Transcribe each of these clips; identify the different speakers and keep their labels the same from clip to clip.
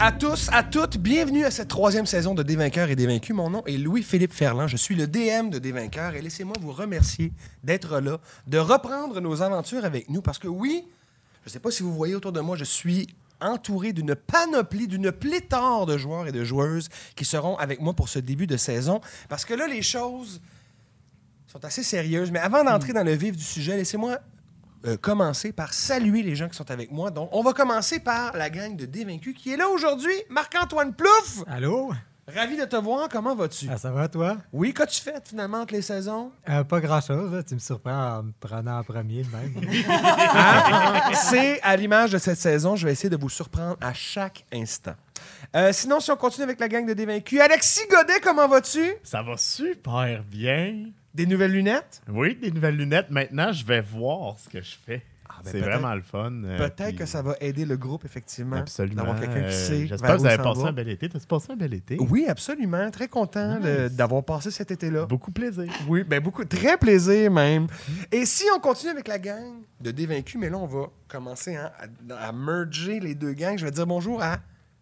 Speaker 1: à tous, à toutes, bienvenue à cette troisième saison de Des vainqueurs et des vaincus. Mon nom est Louis-Philippe Ferland, je suis le DM de Des vainqueurs et laissez-moi vous remercier d'être là, de reprendre nos aventures avec nous parce que oui, je ne sais pas si vous voyez autour de moi, je suis entouré d'une panoplie, d'une pléthore de joueurs et de joueuses qui seront avec moi pour ce début de saison parce que là, les choses sont assez sérieuses. Mais avant d'entrer dans le vif du sujet, laissez-moi euh, commencer par saluer les gens qui sont avec moi. Donc, on va commencer par la gang de Dévaincus qui est là aujourd'hui. Marc-Antoine Plouf!
Speaker 2: Allô?
Speaker 1: Ravi de te voir. Comment vas-tu?
Speaker 2: Ah, ça va, toi?
Speaker 1: Oui, qu'as-tu fait finalement entre les saisons?
Speaker 2: Euh, pas grand-chose. là. Tu me surprends en me prenant en premier, de même.
Speaker 1: Hein? C'est à l'image de cette saison, je vais essayer de vous surprendre à chaque instant. Euh, sinon, si on continue avec la gang de Dévaincus, Alexis Godet, comment vas-tu?
Speaker 3: Ça va super bien.
Speaker 1: Des nouvelles lunettes?
Speaker 3: Oui, des nouvelles lunettes. Maintenant, je vais voir ce que je fais.
Speaker 1: ben,
Speaker 3: c'est
Speaker 1: peut-être-
Speaker 3: vraiment le fun. euh,
Speaker 1: Peut-être que ça va aider le groupe, effectivement.
Speaker 3: Absolument.
Speaker 1: D'avoir quelqu'un
Speaker 3: Euh,
Speaker 1: qui sait. vers
Speaker 3: J'espère que
Speaker 1: où
Speaker 3: vous avez
Speaker 1: s'en
Speaker 3: passé
Speaker 1: va.
Speaker 3: un bel été. T'as-tu passé un bel été?
Speaker 1: Oui, absolument. Très content de- d'avoir passé cet été-là.
Speaker 3: Beaucoup plaisir.
Speaker 1: Oui, ben beaucoup, très plaisir même. Et si on continue avec la gang de dévaincus, mais là, on va commencer hein, à, à merger les deux gangs. Je vais dire bonjour à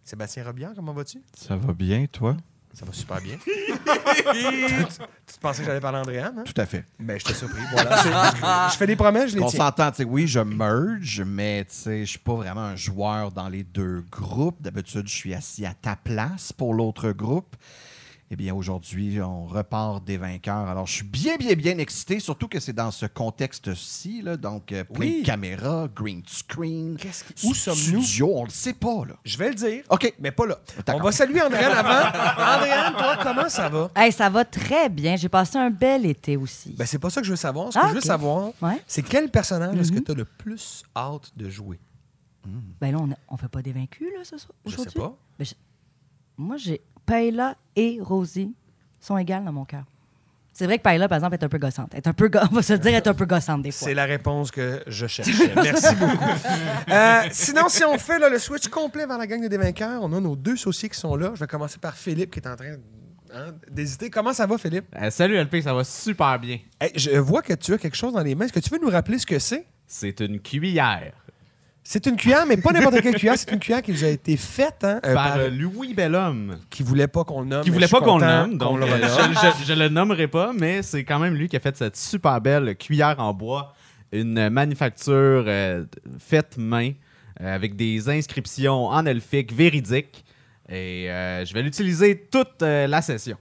Speaker 1: Sébastien Robillard, comment vas-tu?
Speaker 4: Ça va bien, toi?
Speaker 1: Ça va super bien. tu, tu pensais que j'allais parler à Andréane, hein?
Speaker 4: Tout à fait.
Speaker 1: Ben, je t'ai surpris. Voilà, c'est- je, je fais des promesses, je les
Speaker 4: On
Speaker 1: tiens.
Speaker 4: s'entend, tu sais, oui, je merge, mais tu sais, je suis pas vraiment un joueur dans les deux groupes. D'habitude, je suis assis à ta place pour l'autre groupe. Eh bien, aujourd'hui, on repart des vainqueurs. Alors, je suis bien, bien, bien excité, surtout que c'est dans ce contexte-ci, là. Donc, euh, plein
Speaker 1: Oui.
Speaker 4: de caméras, green screen,
Speaker 1: Qu'est-ce qui- où sommes-nous?
Speaker 4: studio, on le sait pas, là.
Speaker 1: Je vais le dire,
Speaker 4: OK.
Speaker 1: mais pas là. On
Speaker 4: D'accord.
Speaker 1: va saluer Andréane avant. Andréane, toi, comment ça va?
Speaker 5: Hey, ça va très bien. J'ai passé un bel été aussi.
Speaker 1: Ben, c'est pas ça que je veux savoir. Ce que
Speaker 5: Ah,
Speaker 1: je veux
Speaker 5: ok.
Speaker 1: savoir,
Speaker 5: Ouais. Mm-hmm.
Speaker 1: c'est quel personnage est-ce que tu as le plus hâte de jouer? Hmm.
Speaker 5: Ben là, on, a- on fait pas des vaincus, là, ce soir?
Speaker 1: Je sais
Speaker 5: aujourd'hui?
Speaker 1: pas.
Speaker 5: Ben, je- Moi, j'ai... Paella et Rosie sont égales dans mon cœur. C'est vrai que Paella, par exemple, est un peu gossante. Elle Est un peu go- On va se le dire, elle est un peu gossante des fois.
Speaker 1: C'est la réponse que je cherchais. Merci beaucoup. Euh, sinon, si on fait là, le switch complet vers la gang des vainqueurs, on a nos deux sociés qui sont là. Je vais commencer par Philippe qui est en train hein, d'hésiter. Comment ça va, Philippe?
Speaker 6: Euh, salut LP, ça va super bien.
Speaker 1: Hey, je euh, vois que tu as quelque chose dans les mains. Est-ce que tu veux nous rappeler ce que c'est?
Speaker 6: C'est une cuillère
Speaker 1: C'est une cuillère, mais pas n'importe quelle cuillère. C'est une cuillère qui nous a été faite hein, euh,
Speaker 6: par
Speaker 1: par-
Speaker 6: euh, Louis Bellhomme,
Speaker 1: qui voulait pas qu'on le nomme.
Speaker 6: qui
Speaker 1: mais
Speaker 6: voulait
Speaker 1: je suis
Speaker 6: pas qu'on le
Speaker 1: content
Speaker 6: nomme,
Speaker 1: qu'on
Speaker 6: donc
Speaker 1: le
Speaker 6: euh,
Speaker 1: renomme.
Speaker 6: je, je- je le nommerai pas, mais c'est quand même lui qui a fait cette super belle cuillère en bois, une euh, manufacture euh, faite main, euh, avec des inscriptions en elfique véridiques, et euh, je vais l'utiliser toute euh, la session.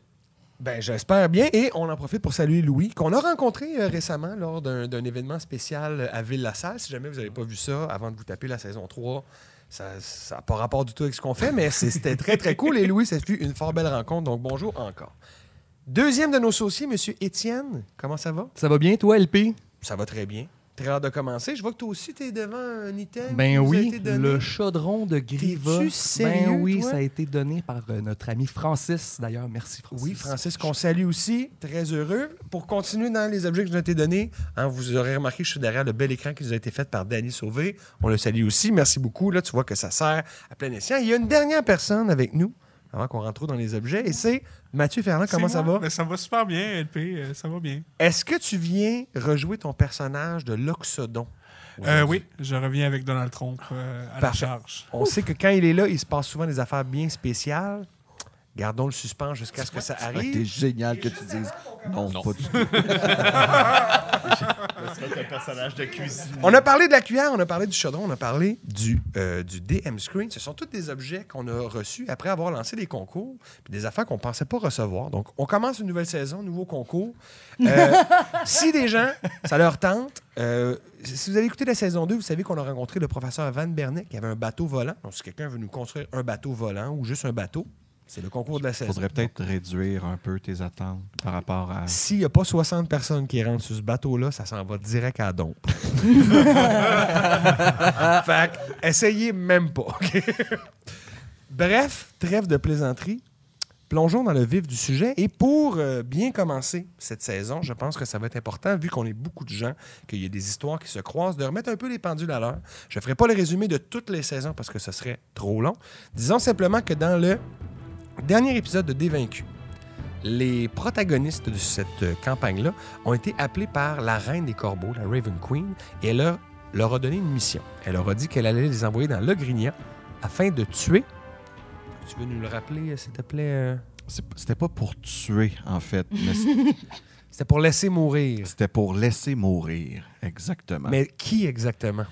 Speaker 1: Ben, j'espère bien. Et on en profite pour saluer Louis, qu'on a rencontré euh, récemment lors d'un d'un événement spécial euh, à Ville-la-Salle. Si jamais vous n'avez pas vu ça avant de vous taper la saison 3, ça n'a pas rapport du tout avec ce qu'on fait, mais c'est- c'était très, très cool. Et Louis, ça fut une fort belle rencontre. Donc, bonjour encore. Deuxième de nos sociés, Monsieur Étienne. Comment ça va?
Speaker 7: Ça va bien, toi, LP?
Speaker 1: Ça va très bien. Très hâte de commencer. Je vois que toi aussi, tu es devant un item. qui
Speaker 7: Ben
Speaker 1: nous a
Speaker 7: oui,
Speaker 1: été donné.
Speaker 7: le chaudron de Griva.
Speaker 1: T'es-tu sérieux,
Speaker 7: ben oui,
Speaker 1: toi?
Speaker 7: ça a été donné par euh, notre ami Francis, d'ailleurs. Merci, Francis.
Speaker 1: Oui, Francis, qu'on salue aussi. Très heureux. Pour continuer dans les objets que je vous ai été donnés, hein, vous aurez remarqué que je suis derrière le bel écran qui nous a été fait par Danny Sauvé. On le salue aussi. Merci beaucoup. Là, tu vois que ça sert à plein escient. Il y a une dernière personne avec nous avant qu'on rentre dans les objets, et c'est Mathieu Ferland. Hein, Comment
Speaker 8: C'est
Speaker 1: ça
Speaker 8: moi.
Speaker 1: va?
Speaker 8: Ben, ça va super bien, LP. euh, ça va bien.
Speaker 1: Est-ce que tu viens rejouer ton personnage de l'Oxodon?
Speaker 8: Euh, oui, je reviens avec Donald Trump euh, à la
Speaker 1: Parfait.
Speaker 8: charge.
Speaker 1: On sait que quand il est là, il se passe souvent des affaires bien spéciales. Gardons le suspens jusqu'à ce que ça
Speaker 4: T'es
Speaker 1: arrive.
Speaker 4: génial que tu dises non, pas du tout.
Speaker 3: C'est un personnage de cuisine.
Speaker 1: On a parlé de la cuillère, on a parlé du chaudron, on a parlé du, euh, du DM screen. Ce sont tous des objets qu'on a reçus après avoir lancé des concours, puis des affaires qu'on pensait pas recevoir. Donc, on commence une nouvelle saison, nouveau concours. Euh, si des gens, ça leur tente, euh, si vous avez écouté la saison 2, vous savez qu'on a rencontré le professeur Van Bernet qui avait un bateau volant. Donc, si quelqu'un veut nous construire un bateau volant ou juste un bateau, c'est le concours de la saison.
Speaker 4: Faudrait peut-être réduire un peu tes attentes par rapport à.
Speaker 1: S'il n'y a pas 60 personnes qui rentrent sur ce bateau-là, ça s'en va direct à Dompe. fait que, essayez même pas. ok? Bref, trêve de plaisanterie. Plongeons dans le vif du sujet. Et pour euh, bien commencer cette saison, je pense que ça va être important, vu qu'on est beaucoup de gens, qu'il y a des histoires qui se croisent, de remettre un peu les pendules à l'heure. Je ne ferai pas le résumé de toutes les saisons parce que ce serait trop long. Disons simplement que dans le dernier épisode de Dévaincu, les protagonistes de cette euh, campagne-là ont été appelés par la reine des corbeaux, la Raven Queen, et elle a- leur a donné une mission. Elle leur a dit qu'elle allait les envoyer dans le Grignan afin de tuer Tu veux nous le rappeler, euh, s'il te plaît? euh?
Speaker 4: C'est- C'était pas pour tuer, en fait, mais
Speaker 1: C'était pour laisser mourir.
Speaker 4: c'était pour laisser mourir, exactement.
Speaker 1: Mais qui exactement?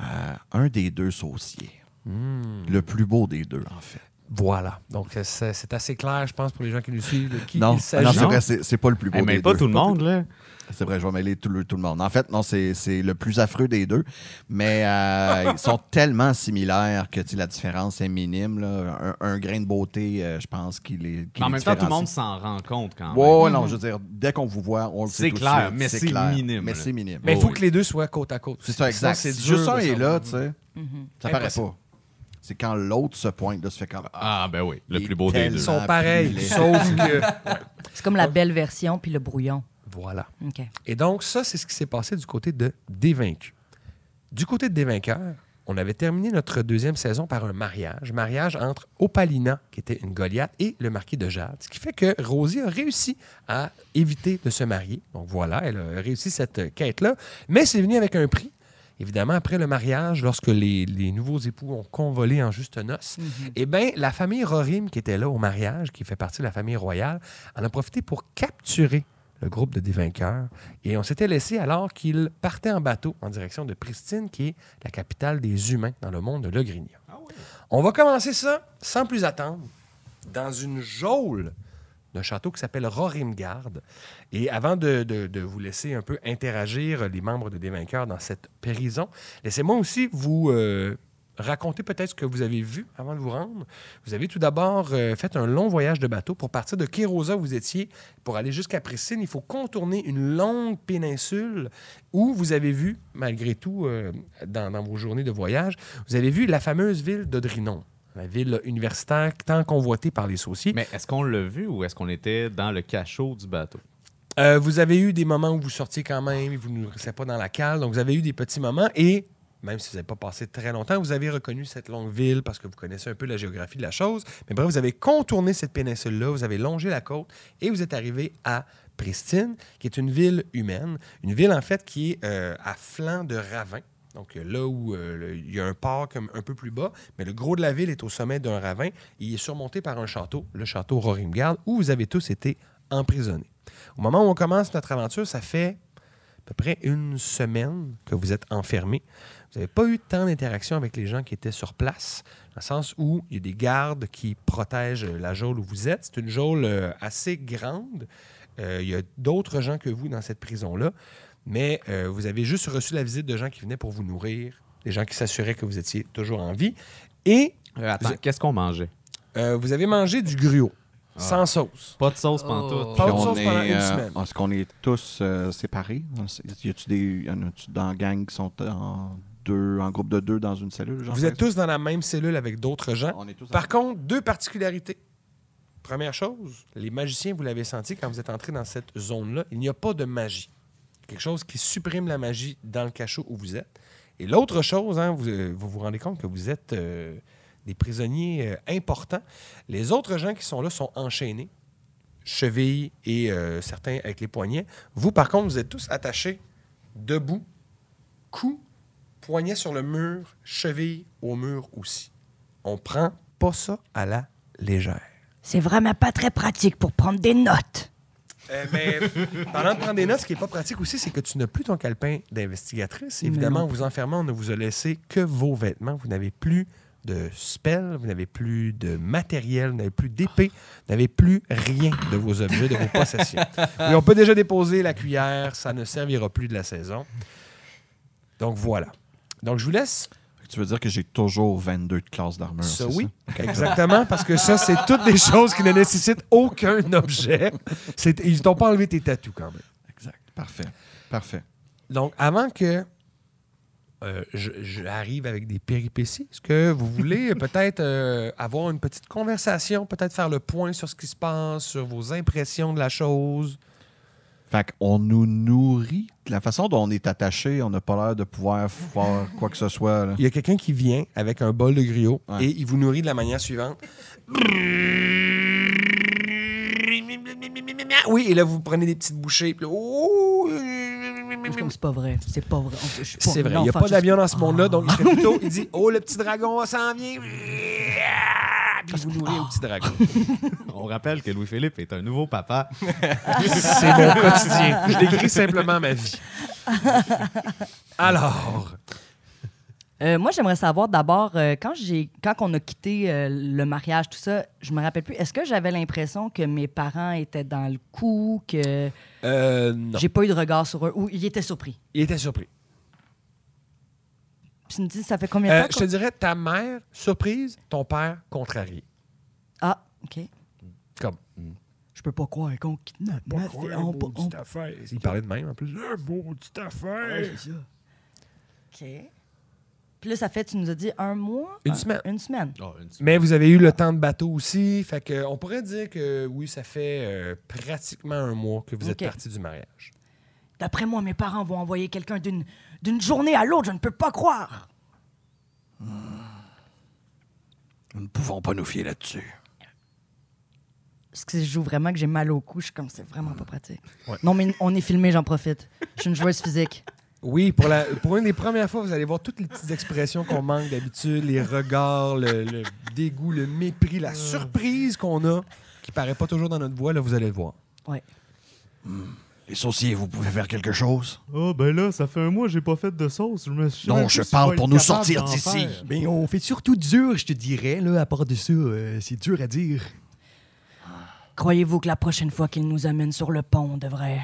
Speaker 4: Euh, un des deux sauciers. Le plus beau des deux, en fait.
Speaker 1: Hmm. Voilà. Donc, euh, c'est c'est assez clair, je pense, pour les gens qui nous suivent, de qui
Speaker 4: non,
Speaker 1: il
Speaker 4: Ah non,
Speaker 1: s'agit.
Speaker 4: c'est vrai, c'est c'est pas le plus beau
Speaker 6: Elle
Speaker 4: des
Speaker 6: mêle Eh, pas
Speaker 4: deux.
Speaker 6: tout le monde, là.
Speaker 4: C'est vrai, je vais mêler tout le, tout le monde. En fait, non, c'est c'est le plus affreux des deux, mais euh, ils sont tellement similaires que tu sais, la différence est minime. là. Un, un grain de beauté, euh, je pense qu'il est.
Speaker 6: Mais en même temps, tout le monde s'en rend compte quand même.
Speaker 4: Ouais, ouais, non, je veux dire, dès qu'on vous voit, on le
Speaker 6: C'est
Speaker 4: sait tout de
Speaker 6: clair,
Speaker 4: suite,
Speaker 6: mais c'est
Speaker 4: clair,
Speaker 6: minime,
Speaker 4: Mais
Speaker 6: là.
Speaker 4: c'est minime.
Speaker 1: Mais il
Speaker 4: Oh,
Speaker 1: faut
Speaker 4: oui.
Speaker 1: que les deux soient côte à côte.
Speaker 4: C'est ça, exact.
Speaker 1: Sinon,
Speaker 4: Si
Speaker 1: dur
Speaker 4: juste
Speaker 1: de
Speaker 4: un est
Speaker 1: savoir. Mm-hmm.
Speaker 4: là, tu sais, ça paraît
Speaker 1: Impossible.
Speaker 4: pas. C'est quand l'autre se pointe, là, se fait comme. Ah,
Speaker 6: Ah, ben oui, le
Speaker 4: Il
Speaker 6: plus beau
Speaker 4: est
Speaker 6: des
Speaker 1: Ils
Speaker 6: deux.
Speaker 1: sont pareils, sauf que...
Speaker 5: C'est comme la belle version puis le brouillon.
Speaker 1: Voilà.
Speaker 5: OK.
Speaker 1: Et donc, ça, c'est ce qui s'est passé du côté de Des Vaincus. Du côté de Des Vainqueurs, on avait terminé notre deuxième saison par un mariage. Mariage entre Opalina, qui était une Goliath, et le marquis de Jade. Ce qui fait que Rosie a réussi à éviter de se marier. Donc voilà, elle a réussi cette euh, quête-là. Mais c'est venu avec un prix. Évidemment, après le mariage, lorsque les, les nouveaux époux ont convolé en juste noces, eh bien, la famille Rorim, qui était là au mariage, qui fait partie de la famille royale, en a profité pour capturer le groupe de dévainqueurs. Et on s'était laissé alors qu'ils partaient en bateau en direction de Pristine, qui est la capitale des humains dans le monde de Logrinia. On va commencer ça, sans plus attendre, dans une geôle d'un château qui s'appelle Rorimgard. Et avant de, de- de vous laisser un peu interagir, les membres de Des Vainqueurs, dans cette prison, laissez-moi aussi vous euh, raconter peut-être ce que vous avez vu avant de vous rendre. Vous avez tout d'abord euh, fait un long voyage de bateau. Pour partir de Kérosa, où vous étiez, pour aller jusqu'à Priscine, il faut contourner une longue péninsule où vous avez vu, malgré tout, euh, dans, dans vos journées de voyage, vous avez vu la fameuse ville d'Odrinon, la ville universitaire tant convoitée par les sauciers.
Speaker 6: Mais est-ce qu'on l'a vu ou est-ce qu'on était dans le cachot du bateau?
Speaker 1: Euh, vous avez eu des moments où vous sortiez quand même, vous ne restiez pas dans la cale, donc vous avez eu des petits moments et même si vous n'avez pas passé très longtemps, vous avez reconnu cette longue ville parce que vous connaissez un peu la géographie de la chose. Mais bref, vous avez contourné cette péninsule-là, vous avez longé la côte et vous êtes arrivé à Pristine, qui est une ville humaine, une ville en fait qui est euh, à flanc de ravin. Donc euh, là où euh, le- il y a un port comme un peu plus bas, mais le gros de la ville est au sommet d'un ravin. Il est surmonté par un château, le château Rorimgard, où vous avez tous été emprisonnés. Au moment où on commence notre aventure, ça fait à peu près une semaine que vous êtes enfermés. Vous n'avez pas eu tant d'interaction avec les gens qui étaient sur place, dans le sens où il y a des gardes qui protègent la geôle où vous êtes. C'est une geôle euh, assez grande. Euh, il y a d'autres gens que vous dans cette prison-là, mais euh, vous avez juste reçu la visite de gens qui venaient pour vous nourrir, des gens qui s'assuraient que vous étiez toujours en vie. Et
Speaker 6: Euh, attends,
Speaker 1: Je-
Speaker 6: qu'est-ce qu'on mangeait? Ah.
Speaker 1: euh, vous avez mangé du gruau, sans sauce.
Speaker 6: Pas de sauce pantoute.
Speaker 1: Pas
Speaker 4: Puis
Speaker 1: de
Speaker 4: on
Speaker 1: sauce pendant
Speaker 4: est,
Speaker 1: une
Speaker 4: euh,
Speaker 1: semaine.
Speaker 4: Est-ce qu'on est tous euh, séparés? On sait- Y a-tu des. y en a-tu dans la gang qui sont en, deux, en groupe de deux dans une cellule? genre,
Speaker 1: Vous
Speaker 4: par
Speaker 1: êtes tous dans la même cellule avec d'autres gens.
Speaker 4: On est tous
Speaker 1: Par contre, deux particularités. Première chose, les magiciens, vous l'avez senti quand vous êtes entré dans cette zone-là, il n'y a pas de magie. Quelque chose qui supprime la magie dans le cachot où vous êtes. Et l'autre chose, hein, vous, euh, vous vous rendez compte que vous êtes euh, des prisonniers euh, importants. Les autres gens qui sont là sont enchaînés, chevilles et euh, certains avec les poignets. Vous, par contre, vous êtes tous attachés debout, cou, poignet sur le mur, cheville au mur aussi. On prend pas ça à la légère.
Speaker 5: C'est vraiment pas très pratique pour prendre des notes.
Speaker 1: mais parlant de prendre des notes, ce qui n'est pas pratique aussi, c'est que tu n'as plus ton calepin d'investigatrice. Évidemment, en vous enfermant, on ne vous a laissé que vos vêtements. Vous n'avez plus de spells, vous n'avez plus de matériel, vous n'avez plus d'épée, vous n'avez plus rien de vos objets, de vos possessions. Oui, on peut déjà déposer la cuillère, ça ne servira plus de la saison. Donc voilà. Donc je vous laisse
Speaker 4: Fait que Tu veux dire que j'ai toujours 22 de classe d'armure?
Speaker 1: Ça,
Speaker 4: c'est
Speaker 1: oui. Exactement, parce que ça, c'est toutes des choses qui ne nécessitent aucun objet. C'est- Ils t'ont pas enlevé tes tatous quand même.
Speaker 4: Exact. Parfait. Parfait.
Speaker 1: Donc, avant que euh, je- j'arrive avec des péripéties, est-ce que vous voulez euh, peut-être euh, avoir une petite conversation, peut-être faire le point sur ce qui se passe, sur vos impressions de la chose?
Speaker 4: Fait qu'on nous nourrit. de La façon dont on est attaché, on n'a pas l'air de pouvoir faire quoi que ce soit. là.
Speaker 1: Il y a quelqu'un qui vient avec un bol de griot
Speaker 4: Ouais.
Speaker 1: et il vous nourrit de la manière suivante. Oui, et là, vous prenez des petites bouchées. puis là, oh,
Speaker 5: Je suis comme, C'est pas vrai. C'est pas vrai. On- je suis Ah.
Speaker 1: C'est vrai,
Speaker 5: non,
Speaker 1: il n'y a
Speaker 5: enfin,
Speaker 1: pas
Speaker 5: je-
Speaker 1: d'avion dans ce monde-là, donc il fait plutôt, il dit « Oh, le petit dragon s'en vient! » puis vous nourrir au petit dragon.
Speaker 6: On rappelle que Louis-Philippe est un nouveau papa.
Speaker 1: C'est mon quotidien. Je décris simplement ma vie. Alors,
Speaker 5: Euh, moi, j'aimerais savoir d'abord, euh, quand, j'ai- quand on a quitté euh, le mariage, tout ça, je me rappelle plus, est-ce que j'avais l'impression que mes parents étaient dans le coup, que
Speaker 1: euh, non.
Speaker 5: j'ai pas eu de regard sur eux, ou ils étaient surpris?
Speaker 1: Il était surpris.
Speaker 5: Puis tu me dis, ça fait combien de
Speaker 1: Euh,
Speaker 5: temps?
Speaker 1: je
Speaker 5: qu'on-
Speaker 1: te dirais, ta mère, surprise, ton père, contrarié.
Speaker 5: Ah, OK.
Speaker 1: Comme.
Speaker 5: Mm. Je peux pas croire qu'on kidnappe ma fille. On- on-
Speaker 1: Il parlait de même, en plus.
Speaker 5: OK. Puis là, ça fait, tu nous as dit un mois?
Speaker 1: Une
Speaker 5: Un-
Speaker 1: semaine.
Speaker 5: Ah, Une semaine.
Speaker 1: Mais vous avez eu le temps de bateau aussi. Fait que, on pourrait dire que oui, ça fait euh, pratiquement un mois que vous êtes
Speaker 5: Ok.
Speaker 1: parti du mariage.
Speaker 5: D'après moi, mes parents vont envoyer quelqu'un d'une d'une journée à l'autre, je ne peux pas croire.
Speaker 4: Nous ne pouvons pas nous fier là-dessus.
Speaker 5: Parce que je joue vraiment que j'ai mal au cou, je suis comme, c'est vraiment pas pratique. Non, mais on est filmé, j'en profite. Je suis une joueuse physique.
Speaker 1: Oui, pour, la, pour une des premières fois, vous allez voir toutes les petites expressions qu'on manque d'habitude, les regards, le, le dégoût, le mépris,
Speaker 5: Ah.
Speaker 1: la surprise qu'on a, qui paraît pas toujours dans notre voix, là, vous allez le voir.
Speaker 5: Ouais.
Speaker 4: Hmm. Les sauciers, vous pouvez faire quelque chose?
Speaker 6: Oh, ben là, ça fait un mois que j'ai pas fait de sauce. Je me suis
Speaker 4: Non, je parle pour nous sortir d'ici.
Speaker 7: Mais on fait surtout dur, je te dirais, là, à part de ça, euh, c'est dur à dire.
Speaker 5: Croyez-vous que la prochaine fois qu'ils nous amènent sur le pont, on devrait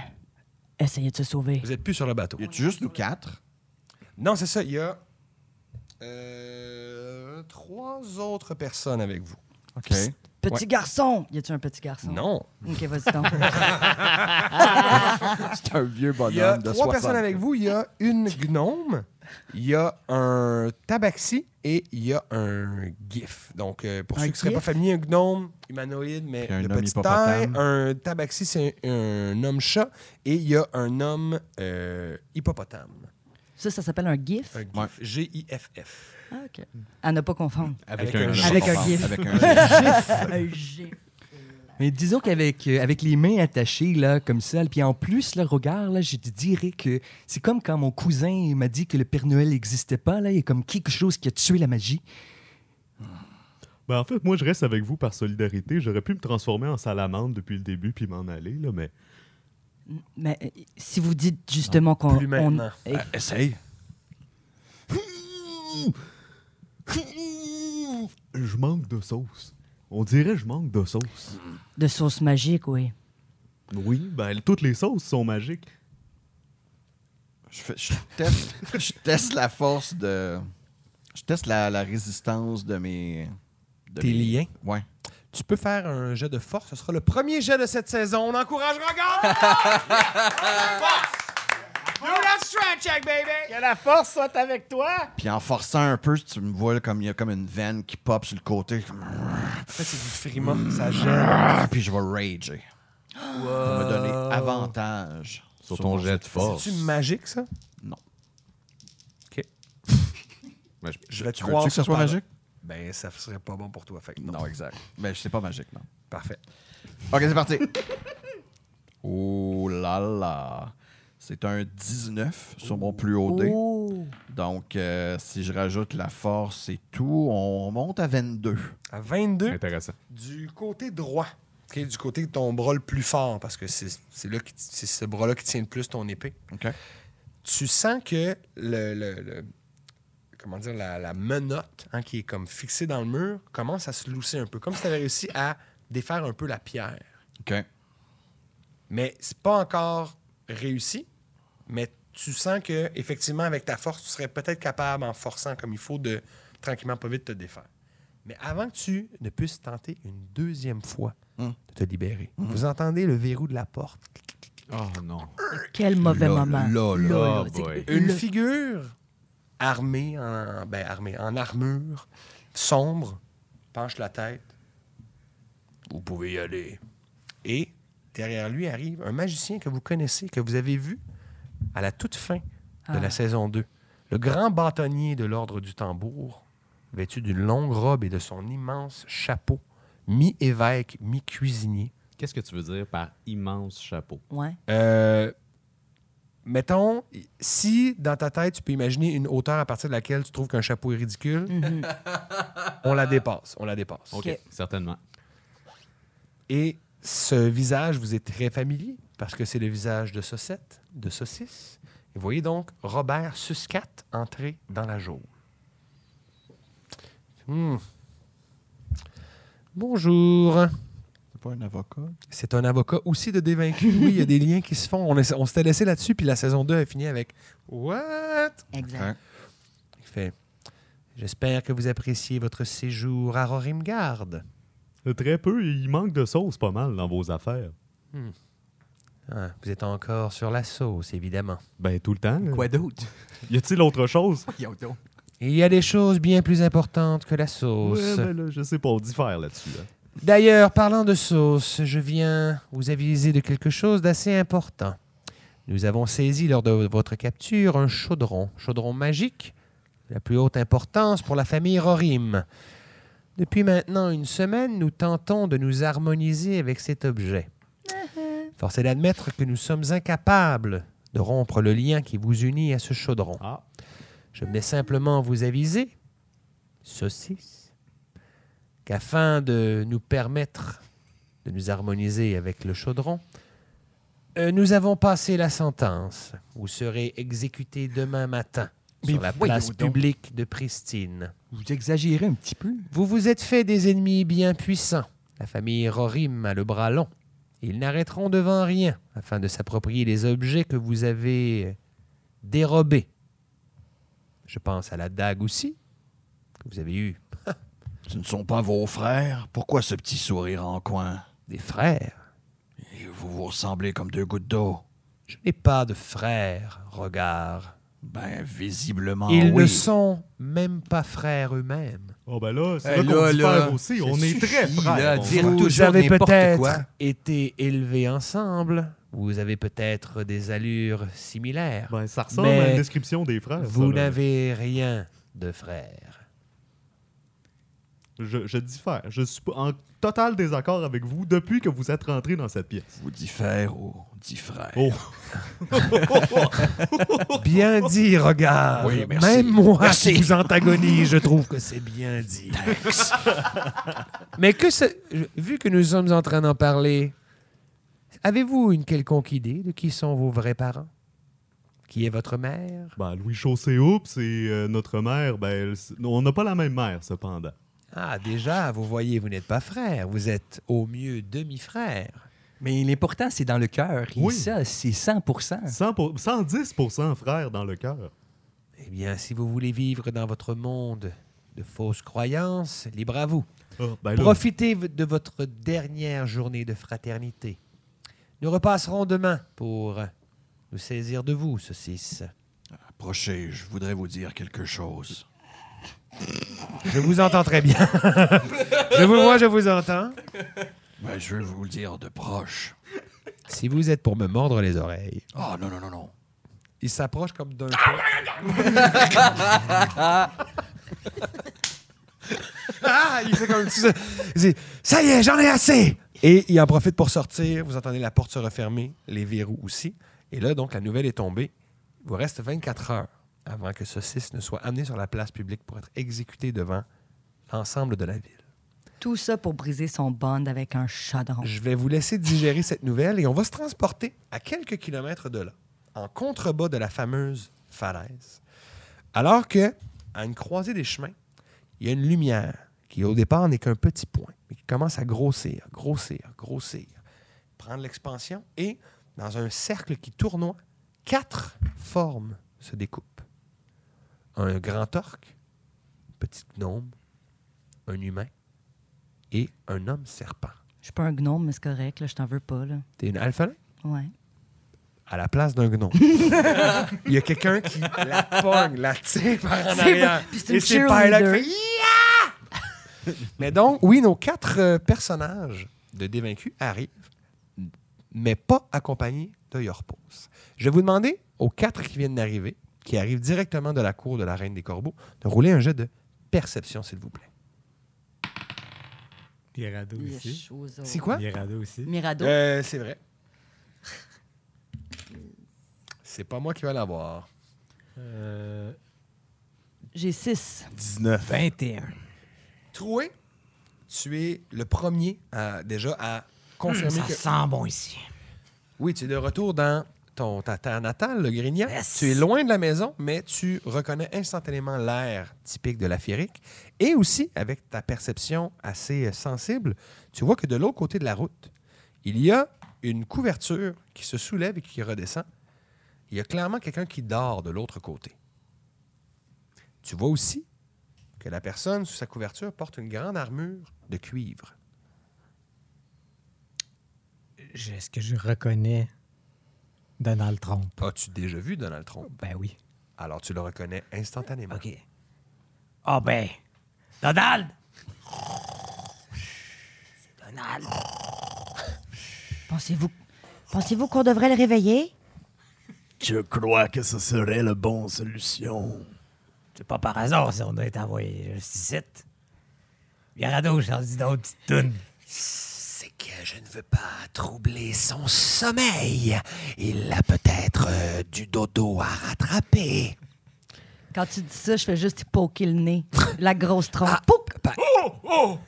Speaker 5: essayer de se sauver?
Speaker 1: Vous êtes plus sur le bateau.
Speaker 4: Y a juste nous quatre?
Speaker 1: Non, c'est ça. Il y a euh, trois autres personnes avec vous.
Speaker 4: OK.
Speaker 5: Petit garçon! Y a-tu un petit garçon?
Speaker 1: Non.
Speaker 5: Ok, vas-y donc.
Speaker 4: C'est un vieux
Speaker 1: Il y a
Speaker 4: bonhomme de 60.
Speaker 1: trois personnes avec vous. Il y a une gnome, il y a un tabaxi et il y a un gif. Donc, euh, pour
Speaker 5: Un
Speaker 1: ceux qui ne seraient pas
Speaker 5: gif?
Speaker 1: familiers, un gnome humanoïde, mais
Speaker 4: Puis un
Speaker 1: de
Speaker 4: homme
Speaker 1: petite taille.
Speaker 4: hippopotame.
Speaker 1: Un tabaxi, c'est un, un homme-chat. Et il y a un homme euh, hippopotame.
Speaker 5: Ça, ça s'appelle un GIF?
Speaker 1: Un gif.
Speaker 4: Ouais.
Speaker 1: G-I-F-F.
Speaker 5: Ah, ok. À ne pas confondre.
Speaker 6: Avec,
Speaker 1: Avec un
Speaker 6: un,
Speaker 1: chat.
Speaker 5: Avec
Speaker 4: Je
Speaker 5: un
Speaker 4: comprends.
Speaker 5: gif.
Speaker 4: Avec un gif.
Speaker 5: un GIF.
Speaker 7: Mais disons qu'avec euh, avec les mains attachées, là, comme ça, puis en plus, là, regarde, là, je te dirais que c'est comme quand mon cousin m'a dit que le Père Noël n'existait pas, là, il y a comme quelque chose qui a tué la magie.
Speaker 6: Ben, en fait, moi, je reste avec vous par solidarité. J'aurais pu me transformer en salamandre depuis le début puis m'en aller, là, mais.
Speaker 5: Mais euh, si vous dites justement qu'on.
Speaker 1: plus
Speaker 5: on-
Speaker 1: maintenant. Ben,
Speaker 5: Eh,
Speaker 6: Ah,
Speaker 4: Essaye.
Speaker 6: Je manque de sauce. On dirait que je manque de sauce.
Speaker 5: De sauce magique, oui.
Speaker 6: Oui, ben, toutes les sauces sont magiques.
Speaker 4: Je, fais- je teste, je teste la force de... Je teste la, la résistance de mes... de
Speaker 1: Tes
Speaker 4: mes-
Speaker 1: liens.
Speaker 4: Ouais.
Speaker 1: Tu peux faire un jet de force. Ce sera le premier jet de cette saison. On encourage Regarde!
Speaker 2: Ah,
Speaker 3: Que la force soit avec toi!
Speaker 4: Puis en forçant un peu, tu me vois là, comme il y a comme une veine qui pop sur le côté. Mm.
Speaker 1: Ça, c'est du frima. Ça gêne.
Speaker 4: Ah, Puis je vais rager. Ça va me donner
Speaker 1: Euh,
Speaker 4: avantage.
Speaker 6: Sur ton jet de force.
Speaker 1: C'est-tu magique, ça?
Speaker 4: Non.
Speaker 6: Ben, je-
Speaker 1: Je vais
Speaker 4: Tu veux que ce soit magique?
Speaker 1: Ben, ça serait pas bon pour toi. Fait que non.
Speaker 4: Non, exact. Mais c'est pas magique, non.
Speaker 1: Parfait.
Speaker 4: OK, c'est parti. oh là là. C'est un 19 sur mon plus haut dé.
Speaker 5: Oh!
Speaker 4: Donc, euh, si je rajoute la force et tout, on monte à 22.
Speaker 1: À 22,
Speaker 6: Intéressant.
Speaker 1: du côté droit, qui est du côté de ton bras le plus fort, parce que c'est c'est là qui- c'est ce bras-là qui tient le plus ton épée,
Speaker 4: OK.
Speaker 1: tu sens que le, le- le- comment dire, la, la menotte hein, qui est comme fixée dans le mur commence à se lousser un peu, comme si tu avais réussi à défaire un peu la pierre.
Speaker 4: OK.
Speaker 1: Mais c'est pas encore réussi, mais tu sens que effectivement avec ta force, tu serais peut-être capable en forçant comme il faut de tranquillement pas vite te défaire. Mais avant que tu ne puisses tenter une deuxième fois
Speaker 4: Mm.
Speaker 1: de te libérer, vous entendez le verrou de la porte.
Speaker 6: Oh non.
Speaker 5: Quel mauvais
Speaker 4: Ah, Là,
Speaker 5: moment.
Speaker 4: là, là.
Speaker 6: Oh
Speaker 5: c'est-
Speaker 6: boy.
Speaker 1: Une
Speaker 5: le-
Speaker 1: figure armée en ben, armée en armure sombre penche la tête. Vous pouvez y aller. Et derrière lui arrive un magicien que vous connaissez, que vous avez vu à la toute fin de la
Speaker 5: Ah.
Speaker 1: saison 2. Le grand bâtonnier de l'ordre du tambour, vêtu d'une longue robe et de son immense chapeau, mi-évêque, mi-cuisinier.
Speaker 6: Qu'est-ce que tu veux dire par immense chapeau?
Speaker 5: Ouais.
Speaker 1: Euh, mettons, si dans ta tête, tu peux imaginer une hauteur à partir de laquelle tu trouves qu'un chapeau est ridicule, on la dépasse. On la dépasse.
Speaker 6: OK,
Speaker 5: Ok.
Speaker 6: certainement.
Speaker 1: Et ce visage vous est très familier parce que c'est le visage de Saucette, de Saucisse. Et voyez donc Robert Suscat entrer dans la geôle. Hmm. Bonjour.
Speaker 4: C'est pas un avocat.
Speaker 1: C'est un avocat aussi de dévaincu. Oui, il y a des liens qui se font. On, est- on s'était laissé là-dessus, puis la saison 2 a fini avec What? Hein?
Speaker 5: Exact.
Speaker 1: Il fait J'espère que vous appréciez votre séjour à Rorimgard.
Speaker 6: Euh,
Speaker 3: Très peu, il manque de sauce pas mal dans vos affaires.
Speaker 1: Hmm. Ah, vous êtes encore sur la sauce, évidemment.
Speaker 3: Ben, tout le temps.
Speaker 7: Quoi d'autre?
Speaker 3: Y a-t-il autre chose?
Speaker 7: Voyons donc.
Speaker 1: Il y a des choses bien plus importantes que la sauce.
Speaker 3: Ouais, ben là, je sais pas, on diffère là-dessus. là.
Speaker 1: D'ailleurs, parlant de sauce, je viens vous aviser de quelque chose d'assez important. Nous avons saisi lors de votre capture un chaudron, chaudron magique, de la plus haute importance pour la famille Rorim. Depuis maintenant une semaine, nous tentons de nous harmoniser avec cet objet. Force est d'admettre que nous sommes incapables de rompre le lien qui vous unit à ce chaudron.
Speaker 3: Ah.
Speaker 1: Je venais simplement vous aviser, saucisse, qu'afin de nous permettre de nous harmoniser avec le chaudron, euh, nous avons passé la sentence. Vous serez exécuté demain matin
Speaker 7: Mais
Speaker 1: sur la
Speaker 7: voyons
Speaker 1: place
Speaker 7: donc.
Speaker 1: publique de Pristine.
Speaker 7: Vous exagérez un petit peu.
Speaker 1: Vous vous êtes fait des ennemis bien puissants. La famille Rorim a le bras long. Ils n'arrêteront devant rien afin de s'approprier les objets que vous avez dérobés. Je pense à la dague aussi, que vous avez eue
Speaker 4: Ce ne sont pas vos frères. Pourquoi ce petit sourire en coin?
Speaker 1: des frères.
Speaker 4: Et vous vous ressemblez comme deux gouttes d'eau.
Speaker 1: Je n'ai pas de frères, regard.
Speaker 4: Ben,
Speaker 9: Ah
Speaker 4: visiblement,
Speaker 1: Ils
Speaker 4: oui.
Speaker 1: ne sont même pas frères eux-mêmes.
Speaker 3: Oh ben là, c'est
Speaker 7: Hey,
Speaker 3: là qu'on
Speaker 7: là,
Speaker 3: diffère
Speaker 7: là,
Speaker 3: aussi.
Speaker 7: ça
Speaker 3: On est
Speaker 7: suffit,
Speaker 3: très
Speaker 7: là,
Speaker 3: frères. on-
Speaker 7: dire- toujours
Speaker 1: Vous avez
Speaker 7: n'importe quoi.
Speaker 1: peut-être été élevés ensemble. Vous avez peut-être des allures similaires.
Speaker 3: Ben, ça ressemble
Speaker 1: Mais
Speaker 3: à une description des frères. ça, ben.
Speaker 1: Vous
Speaker 3: là.
Speaker 1: n'avez rien de frère.
Speaker 3: Je, je diffère. Je suis pas- en total désaccord avec vous depuis que vous êtes rentré dans cette pièce.
Speaker 4: Vous diffère ou diffère.
Speaker 3: Oh.
Speaker 1: Bien dit, regarde.
Speaker 4: Oui, merci.
Speaker 1: Même moi
Speaker 4: Merci.
Speaker 1: qui vous antagonise, je trouve que c'est bien dit. Mais que ce... je- vu que nous sommes en train d'en parler, avez-vous une quelconque idée de qui sont vos vrais parents? Qui est votre mère?
Speaker 3: Ben, Louis Chaussé-Houp, c'est euh, notre mère. Ben, elle- c'est- on n'a pas la même mère, cependant.
Speaker 1: Ah, déjà, vous voyez, vous n'êtes pas frère. Vous êtes au mieux demi-frère.
Speaker 7: Mais l'important, c'est dans le cœur. Et
Speaker 3: Oui.
Speaker 7: ça, c'est 100
Speaker 3: 100 pour- 110 frère dans le cœur.
Speaker 1: Eh bien, si vous voulez vivre dans votre monde de fausses croyances, libre à vous.
Speaker 3: Ah, ben là,
Speaker 1: Profitez v- de votre dernière journée de fraternité. Nous repasserons demain pour euh, nous saisir de vous, saucisse.
Speaker 4: Approchez, je voudrais vous dire quelque chose.
Speaker 1: Je vous entends très bien. je vous vois, je vous entends.
Speaker 4: Ben, je veux vous le dire de proche.
Speaker 1: Si vous êtes pour me mordre les oreilles.
Speaker 4: Ah, non, non, non, non.
Speaker 1: Il s'approche comme d'un pas. ah, il fait comme un petit- il dit, Ça y est, j'en ai assez! Et il en profite pour sortir. Vous entendez la porte se refermer, les verrous aussi. Et là, donc, la nouvelle est tombée. Il vous reste 24 heures avant que Saucisse ne soit amené sur la place publique pour être exécuté devant l'ensemble de la ville.
Speaker 5: Tout ça pour briser son bond avec un chaudron.
Speaker 1: Je vais vous laisser digérer cette nouvelle et on va se transporter à quelques kilomètres de là, en contrebas de la fameuse falaise. Alors que, à une croisée des chemins, il y a une lumière qui, au départ, n'est qu'un petit point, mais qui commence à grossir, grossir, grossir, prendre l'expansion et, dans un cercle qui tournoie, quatre formes se découpent. Un grand orque, petit gnome, un humain et un homme serpent.
Speaker 5: Je suis pas un gnome, mais c'est correct, là, je t'en veux pas. Là.
Speaker 1: T'es une alpha
Speaker 5: Ouais.
Speaker 1: à la place d'un gnome. Il y a quelqu'un qui la pogne, la tire par en arrière.
Speaker 5: bon. Puis c'est une
Speaker 1: Et c'est Pilot qui
Speaker 5: cheerleader.
Speaker 1: fait Yeah! Mais donc, oui, nos quatre euh, personnages de Dévaincus arrivent, mais pas accompagnés de Yorpos. Je vais vous demander aux quatre qui viennent d'arriver, qui arrivent directement de la cour de la Reine des Corbeaux, de rouler un jet de perception, s'il vous plaît.
Speaker 2: Il est radeau ici.
Speaker 1: C'est quoi?
Speaker 2: Il est radeau aussi.
Speaker 5: Mirado.
Speaker 1: Euh, c'est vrai. C'est pas moi qui vais l'avoir.
Speaker 2: Euh,
Speaker 5: J'ai 6.
Speaker 10: 19.
Speaker 7: 21.
Speaker 1: Troué, tu es le premier à- déjà à confirmer que...
Speaker 7: sent bon ici.
Speaker 1: Oui, tu es de retour dans ton, ta terre natale, le Grignan. Tu es loin de la maison, mais tu reconnais instantanément l'air typique de la Férique. Et aussi, avec ta perception assez euh, sensible, tu vois que de l'autre côté de la route, il y a une couverture qui se soulève et qui redescend. Il y a clairement quelqu'un qui dort de l'autre côté. Tu vois aussi que la personne sous sa couverture porte une grande armure de cuivre.
Speaker 2: je- Est-ce que je reconnais Donald Trump?
Speaker 1: As-tu déjà vu Donald Trump?
Speaker 2: Ben oui.
Speaker 1: Alors tu le reconnais instantanément.
Speaker 2: OK. Ah ben, Donald!
Speaker 5: Pensez-vous pensez-vous qu'on devrait le réveiller?
Speaker 10: Je crois que ce serait la bonne solution.
Speaker 2: C'est pas par hasard si on a été envoyé juste ici. Virado, j'en dis d'autres petites tunes.
Speaker 1: C'est que je ne veux pas troubler son sommeil. Il a peut-être euh, du dodo à rattraper.
Speaker 5: Quand tu dis ça, je fais juste y poker le nez. La grosse trompe. Poup!
Speaker 11: Oh, oh!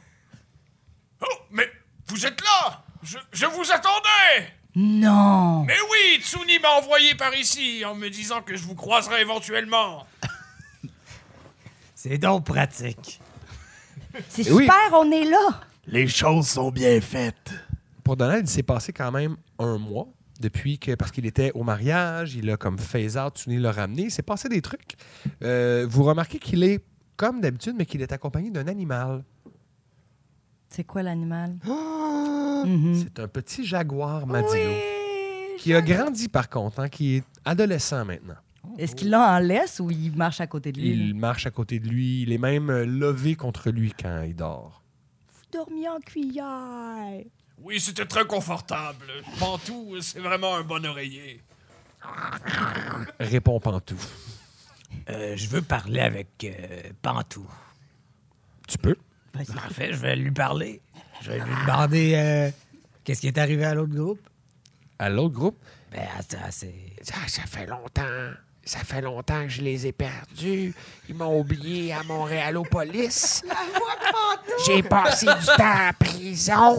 Speaker 11: Oh, mais vous êtes là! Je, je vous attendais!
Speaker 5: Non!
Speaker 11: Mais oui, Tsuni m'a envoyé par ici en me disant que je vous croiserais éventuellement.
Speaker 2: C'est donc pratique.
Speaker 5: C'est
Speaker 1: Oui.
Speaker 5: super, on est là!
Speaker 10: Les choses sont bien faites.
Speaker 1: Pour Donald, il s'est passé quand même un mois depuis que, parce qu'il était au mariage, il a comme phase out, tu le ramener. Il s'est passé des trucs. Euh, vous remarquez qu'il est, comme d'habitude, mais qu'il est accompagné d'un animal.
Speaker 5: C'est quoi l'animal?
Speaker 2: Mhm.
Speaker 1: C'est un petit jaguar madino qui a grandi par contre, hein, qui est adolescent maintenant.
Speaker 5: Est-ce qu'il l'a en laisse ou il marche à côté de lui?
Speaker 1: Il marche à côté de lui, il est même euh, levé contre lui quand il dort.
Speaker 5: Vous dormiez en cuillère.
Speaker 11: Oui, c'était très confortable. Pantou, c'est vraiment un bon oreiller.
Speaker 1: Répond Pantou.
Speaker 2: Euh, je veux parler avec euh, Pantou. Ben,
Speaker 1: Tu peux.
Speaker 2: Parfait, je vais lui parler. Je vais lui demander euh, qu'est-ce qui est arrivé à l'autre groupe.
Speaker 1: À l'autre groupe,
Speaker 2: Ben, attends, c'est...
Speaker 9: Ah, ça fait longtemps. Ça fait longtemps que je les ai perdus. Ils m'ont oublié à Montréalopolis. J'ai passé du temps en prison.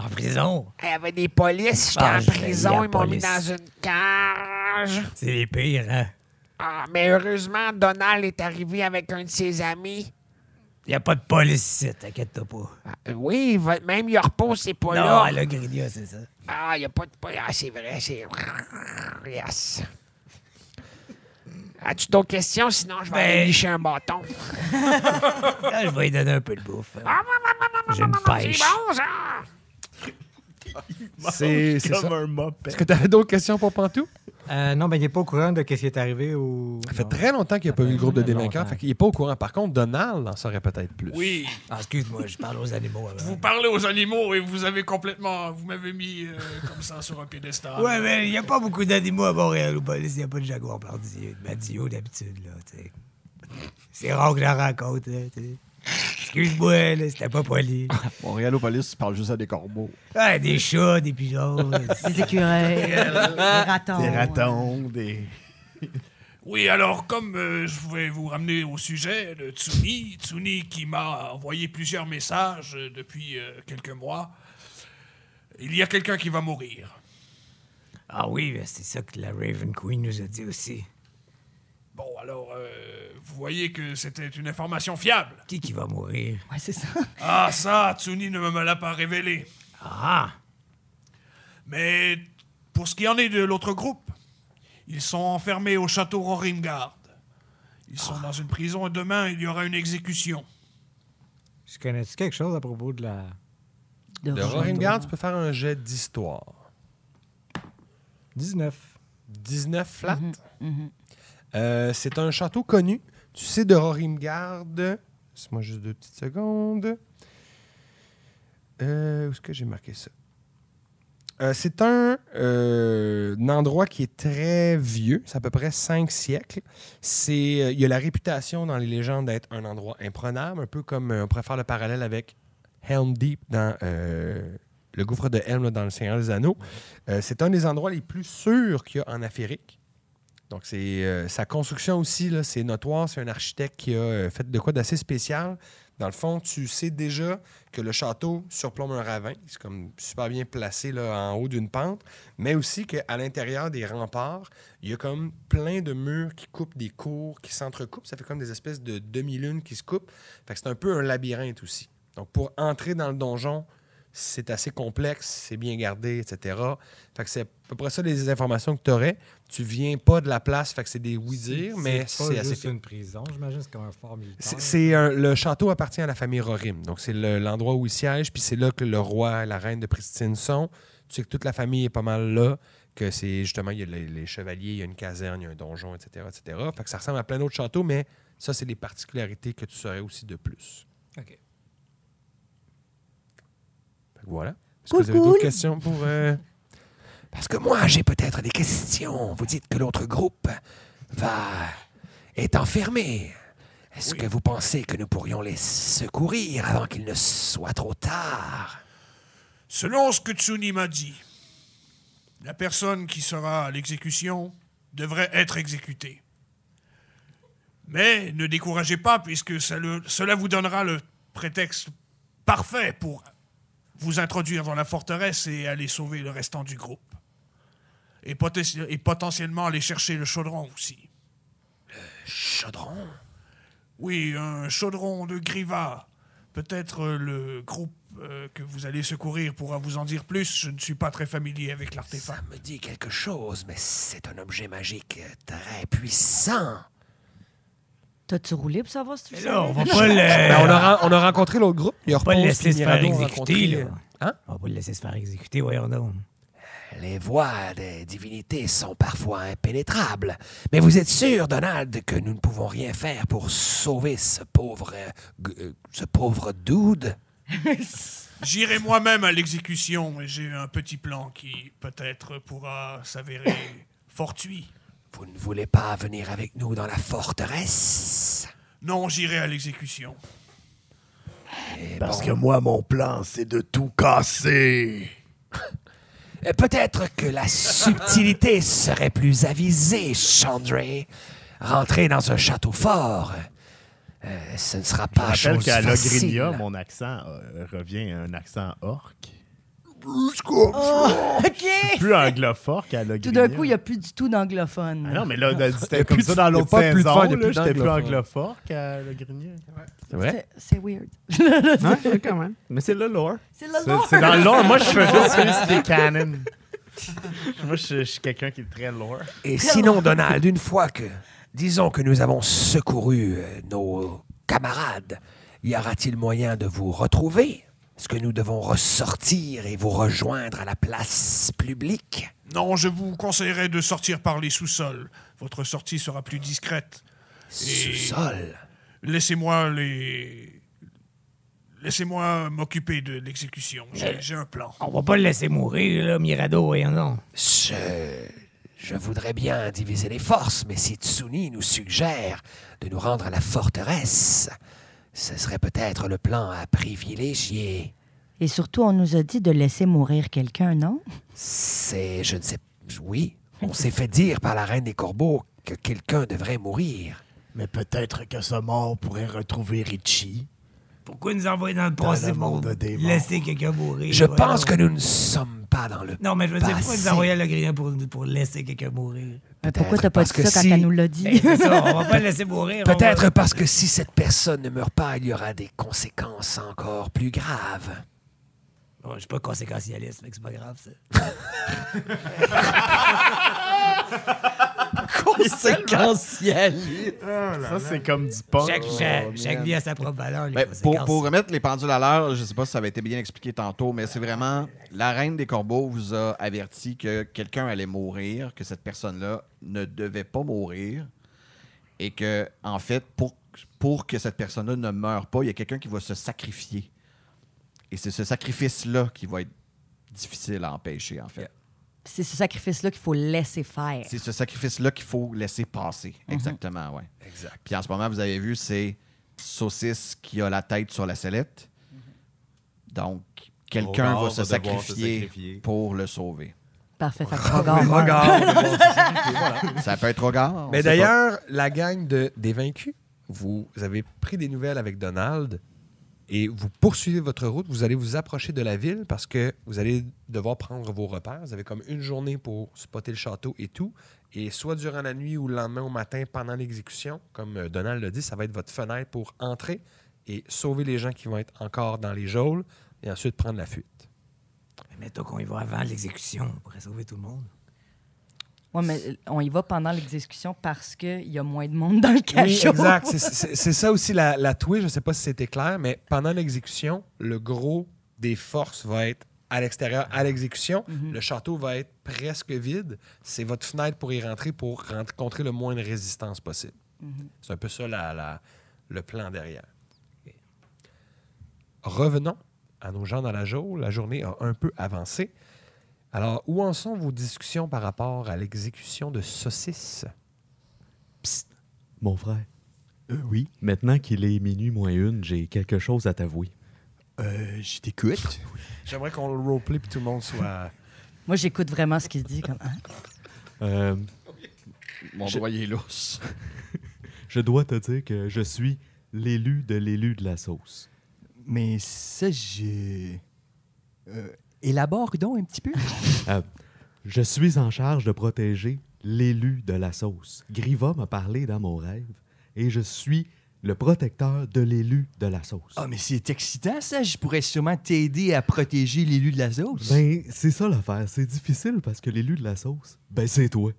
Speaker 2: En prison,
Speaker 9: Il y avait des polices, j'étais
Speaker 2: Ah,
Speaker 9: en
Speaker 2: je
Speaker 9: prison,
Speaker 2: vais
Speaker 9: ils m'ont mis
Speaker 2: à la police.
Speaker 9: dans une cage.
Speaker 2: c'est les pires, hein?
Speaker 9: Ah, mais heureusement, Donald est arrivé avec un de ses amis.
Speaker 2: Y a pas de police ici, t'inquiète-toi pas.
Speaker 9: Euh, Oui, va- même Yorpo, c'est pas
Speaker 2: non,
Speaker 9: là.
Speaker 2: le Grigna, c'est ça.
Speaker 9: Ah, il a pas de police. Ah, c'est vrai, c'est... Yes. As-tu d'autres questions? Sinon, je vais
Speaker 2: Ben-
Speaker 9: aller licher un bâton.
Speaker 2: Là, je vais lui donner un peu de bouffe. hein. J'ai une
Speaker 9: C'est
Speaker 2: pêche.
Speaker 9: bon, ça?
Speaker 1: c'est c'est ça.
Speaker 3: Comme un moped.
Speaker 1: Est-ce que tu avais d'autres questions pour Pantou?
Speaker 2: Euh, non, ben, il est pas au courant de qu'est-ce qui est arrivé au...
Speaker 1: Ça fait
Speaker 2: Non.
Speaker 1: très longtemps qu'il n'a pas vu le groupe de délinquants.
Speaker 2: longtemps.
Speaker 1: Fait qu'il n'est pas au courant. Par contre, Donald en saurait peut-être plus.
Speaker 11: Oui,
Speaker 2: Ah, excuse-moi, je parle aux animaux avant.
Speaker 11: vous parlez aux animaux et vous avez complètement. Vous m'avez mis euh, comme ça sur un piédestal.
Speaker 2: Ouais, mais il n'y a pas beaucoup d'animaux à Montréal ou police. Il n'y a pas de jaguar pardi- Bardio d'habitude, là, tu sais. C'est rare que j'en rencontre, là, tu sais. Excuse-moi, là, c'était pas poli.
Speaker 4: Montréalopolis, tu parles juste à des corbeaux.
Speaker 2: Ah, des chats, des pigeons. là, c'est-
Speaker 5: Des écureuils. des ratons.
Speaker 3: Des ratons, des.
Speaker 11: Oui, alors, comme euh, je vais vous ramener au sujet de Tsuni, Tsuni qui m'a envoyé plusieurs messages euh, depuis euh, quelques mois, il y a quelqu'un qui va mourir.
Speaker 2: Ah oui, ben, c'est ça que la Raven Queen nous a dit aussi.
Speaker 11: Bon, alors, euh, vous voyez que c'était une information fiable.
Speaker 2: Qui qui va mourir?
Speaker 5: Ouais, c'est ça.
Speaker 11: Ah, ça, Tsuni ne me l'a pas révélé.
Speaker 2: Ah!
Speaker 11: Mais pour ce qui en est de l'autre groupe, ils sont enfermés au château Roringard. Ils
Speaker 2: Ah.
Speaker 11: sont dans une prison et demain, il y aura une exécution.
Speaker 2: Je connais-tu quelque chose à propos de la...
Speaker 1: De Roringard, tu peux faire un jet d'histoire.
Speaker 2: 19.
Speaker 1: 19 flat. Euh, c'est un château connu. Tu sais de Roringard. Laisse-moi juste deux petites secondes. Euh, où est-ce que j'ai marqué ça? Euh, c'est un, euh, un endroit qui est très vieux, c'est à peu près cinq siècles. C'est, euh, il y a la réputation dans les légendes d'être un endroit imprenable, un peu comme euh, on pourrait faire le parallèle avec Helm Deep dans euh, le gouffre de Helm là, dans le Seigneur des Anneaux. Euh, c'est un des endroits les plus sûrs qu'il y a en Afrique. Donc, c'est euh, sa construction aussi, là, c'est notoire. C'est un architecte qui a euh, fait de quoi d'assez spécial. Dans le fond, tu sais déjà que le château surplombe un ravin. C'est comme super bien placé là, en haut d'une pente. Mais aussi qu'à l'intérieur des remparts, il y a comme plein de murs qui coupent des cours, qui s'entrecoupent. Ça fait comme des espèces de demi-lunes qui se coupent. Fait que c'est un peu un labyrinthe aussi. Donc, pour entrer dans le donjon, c'est assez complexe, c'est bien gardé, etc. Fait que c'est à peu près ça les informations que tu aurais. Tu viens pas de la place, fait que c'est des oui-dire, mais
Speaker 12: c'est
Speaker 1: c'est
Speaker 12: pas
Speaker 1: assez
Speaker 12: juste une prison, j'imagine, c'est comme un fort militaire.
Speaker 1: c'est- c'est un- le château appartient à la famille Rorim. Donc, c'est le- l'endroit où il siège, puis c'est là que le roi et la reine de Pristine sont. Tu sais que toute la famille est pas mal là, que c'est justement, il y a les, les chevaliers, il y a une caserne, il y a un donjon, etc. etc. Fait que ça ressemble à plein d'autres châteaux, mais ça, c'est les particularités que tu saurais aussi de plus.
Speaker 12: OK.
Speaker 1: Fait que voilà. Est-ce
Speaker 9: Cool,
Speaker 1: que vous avez d'autres
Speaker 9: cool.
Speaker 1: questions pour. euh,
Speaker 9: Parce que moi, j'ai peut-être des questions. Vous dites que l'autre groupe va est enfermé. Est-ce que vous pensez que nous pourrions les secourir avant qu'il ne soit trop tard?
Speaker 11: Selon ce que Tsuni m'a dit, la personne qui sera à l'exécution devrait être exécutée. Mais ne découragez pas, puisque ça le- cela vous donnera le prétexte parfait pour vous introduire dans la forteresse et aller sauver le restant du groupe. Et, poten- et potentiellement aller chercher le chaudron aussi. Le chaudron Oui, un chaudron de Griva. Peut-être euh, le groupe euh, que vous allez secourir pourra vous en dire plus. Je ne suis pas très familier avec l'artefact.
Speaker 9: me dit quelque chose, mais c'est un objet magique très puissant.
Speaker 5: T'as-tu roulé pour savoir si tu le
Speaker 9: là, on
Speaker 5: savais?
Speaker 9: va pas le-
Speaker 1: Ben, on, a, ren- on a rencontré l'autre groupe. Il y a
Speaker 5: On va pas le
Speaker 1: Repose,
Speaker 5: laisser
Speaker 1: puis
Speaker 5: se faire
Speaker 1: Mirado ont
Speaker 5: exécuter,
Speaker 1: rencontré,
Speaker 5: là.
Speaker 1: euh, Hein?
Speaker 2: On va pas le laisser se faire exécuter, voyons donc.
Speaker 9: Les voies des divinités sont parfois impénétrables. Mais vous êtes sûr, Donald, que nous ne pouvons rien faire pour sauver ce pauvre. euh, g- euh, ce pauvre dude?
Speaker 11: J'irai moi-même à l'exécution et j'ai un petit plan qui peut-être pourra s'avérer fortuit.
Speaker 9: Vous ne voulez pas venir avec nous dans la forteresse?
Speaker 11: Non, j'irai à l'exécution.
Speaker 10: Parce que moi, mon plan, c'est de tout casser.
Speaker 9: Euh, Peut-être que la subtilité serait plus avisée, Chandray. Rentrer dans un château fort, euh, ce ne sera
Speaker 3: Je
Speaker 9: pas
Speaker 3: rappelle
Speaker 9: chose
Speaker 3: qu'à
Speaker 9: facile.
Speaker 3: Logrinia, mon accent euh, revient à un accent orc.
Speaker 5: Ah,
Speaker 9: Eh,
Speaker 3: Je suis
Speaker 5: OK!
Speaker 3: plus anglophone qu'à Logrinia.
Speaker 5: Tout d'un coup, il n'y a plus du tout d'anglophone.
Speaker 3: Ah non, mais là,
Speaker 5: Il y
Speaker 3: c'était
Speaker 5: a
Speaker 3: comme
Speaker 5: plus
Speaker 3: ça
Speaker 5: de-
Speaker 3: dans
Speaker 5: il y a
Speaker 3: l'autre
Speaker 5: pas plus de
Speaker 3: saison.
Speaker 5: fort, il y a
Speaker 3: là,
Speaker 5: plus
Speaker 3: J'étais plus
Speaker 5: d'anglophone.
Speaker 3: anglophone qu'à le grenier.
Speaker 1: C'est
Speaker 5: C'est- C'est weird.
Speaker 6: Ouais, quand même. Mais c'est le lore.
Speaker 5: C'est le lore.
Speaker 3: C'est dans le lore. Moi, je fais juste suivre ce qui est canon. Moi, je je suis quelqu'un qui est très lore.
Speaker 9: Et sinon, Donald, une fois que, disons que nous avons secouru euh, nos camarades, y aura-t-il moyen de vous retrouver Est-ce que nous devons ressortir et vous rejoindre à la place publique
Speaker 11: Non, je vous conseillerais de sortir par les sous-sols. Votre sortie sera plus discrète. Et
Speaker 9: Sous-sol
Speaker 11: Laissez-moi les. Laissez-moi m'occuper de l'exécution.
Speaker 9: Euh.
Speaker 11: J'ai j'ai un plan.
Speaker 2: On va pas le laisser mourir, là, Mirado, voyons donc.
Speaker 9: Je, je voudrais bien diviser les forces, mais si Tsuni nous suggère de nous rendre à la forteresse, ce serait peut-être le plan à privilégier.
Speaker 5: Et surtout, on nous a dit de laisser mourir quelqu'un, non?
Speaker 9: C'est, je ne sais, oui, on s'est fait dire par la reine des corbeaux que quelqu'un devrait mourir.
Speaker 10: Mais peut-être que ce mort pourrait retrouver Richie.
Speaker 2: Pourquoi nous envoyer dans le
Speaker 10: Dans
Speaker 2: passé
Speaker 10: le
Speaker 2: pour
Speaker 10: monde des morts.
Speaker 2: laisser quelqu'un mourir?
Speaker 9: Je
Speaker 2: voyons
Speaker 9: pense que
Speaker 2: donc.
Speaker 9: nous ne sommes pas dans le
Speaker 2: Non, mais je veux dire, pourquoi
Speaker 9: passé.
Speaker 2: nous envoyer le grenier pour, pour laisser quelqu'un mourir?
Speaker 5: Pourquoi t'as pas
Speaker 9: parce
Speaker 5: dit
Speaker 9: que
Speaker 5: ça quand
Speaker 9: si- Eh,
Speaker 5: elle nous l'a dit?
Speaker 2: Ben, c'est ça, on va pas le laisser mourir. on va-
Speaker 9: Peut-être parce que si cette personne ne meurt pas, il y aura des conséquences encore plus graves.
Speaker 2: Bon, je suis pas conséquentialiste, mais c'est pas grave, ça.
Speaker 6: Oh
Speaker 4: Conséquentialiste.
Speaker 3: Ça, c'est comme du punk.
Speaker 2: Chaque,
Speaker 10: Oh,
Speaker 2: chaque, chaque vie a sa propre valeur. les
Speaker 4: Ben, pour,
Speaker 2: conséquences.
Speaker 4: pour remettre les pendules à l'heure, je sais pas si ça avait été bien expliqué tantôt, mais c'est vraiment la reine des corbeaux vous a averti que quelqu'un allait mourir, que cette personne-là ne devait pas mourir, et que en fait pour pour que cette personne-là ne meure pas, il y a quelqu'un qui va se sacrifier, et c'est ce sacrifice-là qui va être difficile à empêcher en fait.
Speaker 5: C'est ce sacrifice-là qu'il faut laisser faire.
Speaker 4: C'est ce sacrifice-là qu'il faut laisser passer. Exactement, ouais.
Speaker 1: Mhm. Exact.
Speaker 4: Puis en ce moment, vous avez vu, c'est Saucisse qui a la tête sur la sellette.
Speaker 1: Mhm.
Speaker 4: Donc, quelqu'un va
Speaker 6: Aurore
Speaker 4: se
Speaker 6: va devoir se
Speaker 4: sacrifier,
Speaker 6: sacrifier.
Speaker 4: pour le sauver.
Speaker 5: Parfait, fait que
Speaker 1: Ah, Mais
Speaker 5: Rogar.
Speaker 1: Rogar,
Speaker 5: meurt.
Speaker 1: bon, c'est ça, et voilà.
Speaker 4: Ça peut être Rogar.
Speaker 1: Mais d'ailleurs, la gang de, des vaincus, vous avez pris des nouvelles avec Donald et vous poursuivez votre route. Vous allez vous approcher de la ville parce que vous allez devoir prendre vos repères. Vous avez comme une journée pour spotter le château et tout. Et soit durant la nuit ou le lendemain au matin pendant l'exécution, comme euh, Donald l'a dit, ça va être votre fenêtre pour entrer et sauver les gens qui vont être encore dans les geôles et ensuite prendre la fuite.
Speaker 2: Mais toi, qu'on y va avant l'exécution, on pourrait sauver tout le monde.
Speaker 5: Ouais, mais euh, on y va pendant l'exécution parce qu'il y a moins de monde dans le
Speaker 1: Oui,
Speaker 5: cachot.
Speaker 1: exact. C'est- C'est c'est ça aussi la, la twist. Je ne sais pas si c'était clair, mais pendant l'exécution, le gros des forces va être à l'extérieur, à l'exécution. Le château va être presque vide. C'est votre fenêtre pour y rentrer pour rencontrer le moins de résistance possible.
Speaker 9: Mm-hmm.
Speaker 5: Mhm.
Speaker 1: C'est un peu ça la- la- le plan derrière. Revenons à nos gens dans la geôle. La journée a un peu avancé. Alors, où en sont vos discussions par rapport à l'exécution de saucisses?
Speaker 6: Mon frère.
Speaker 4: Euh,
Speaker 6: oui. Maintenant qu'il est minuit moins une, j'ai quelque chose à t'avouer.
Speaker 1: Euh, je t'écoute. J'aimerais qu'on le roleplay puis tout le monde soit.
Speaker 5: Moi, j'écoute vraiment ce qu'il dit. Comme, hein?
Speaker 6: Euh,
Speaker 4: Mon
Speaker 6: Je-
Speaker 4: doigt, il est lousse.
Speaker 6: je dois te dire que je suis l'élu de l'élu de la sauce.
Speaker 7: Mais ça, j'ai. Euh, élabore donc un petit peu.
Speaker 6: Euh, je suis en charge de protéger l'élu de la sauce. Griva m'a parlé dans mon rêve et je suis le protecteur de l'élu de la sauce.
Speaker 7: Ah, mais c'est excitant, ça. Je pourrais sûrement t'aider à protéger l'élu de la sauce.
Speaker 6: Ben, c'est ça l'affaire. C'est difficile parce que l'élu de la sauce, ben, c'est toi.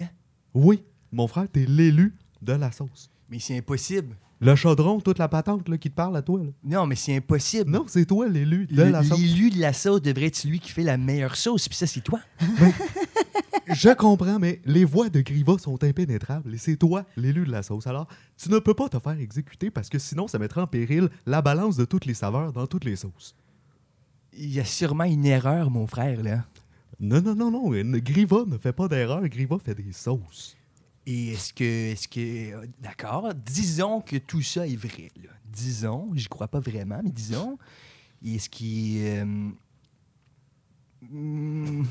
Speaker 4: Hein?
Speaker 6: Oui, mon frère, t'es l'élu de la sauce.
Speaker 7: Mais c'est impossible.
Speaker 6: Le chaudron, toute la patente là, qui te parle à toi. Là.
Speaker 7: Non, mais c'est impossible.
Speaker 6: Non, c'est toi l'élu de
Speaker 7: Le-
Speaker 6: la sauce.
Speaker 7: L'élu de la sauce devrait être celui qui fait la meilleure sauce, puis ça, c'est toi.
Speaker 6: Je comprends, mais les voix de Griva sont impénétrables et c'est toi l'élu de la sauce. Alors, tu ne peux pas te faire exécuter parce que sinon, ça mettrait en péril la balance de toutes les saveurs dans toutes les sauces.
Speaker 7: Il y a sûrement une erreur, mon frère, là.
Speaker 6: Non, non, non, non. une- Griva ne fait pas d'erreur. Griva fait des sauces.
Speaker 7: Et est-ce que, est-ce que, euh, d'accord, disons que tout ça est vrai. là. Disons, j'y crois pas vraiment, mais disons. Et est-ce qu'il, euh, hmm,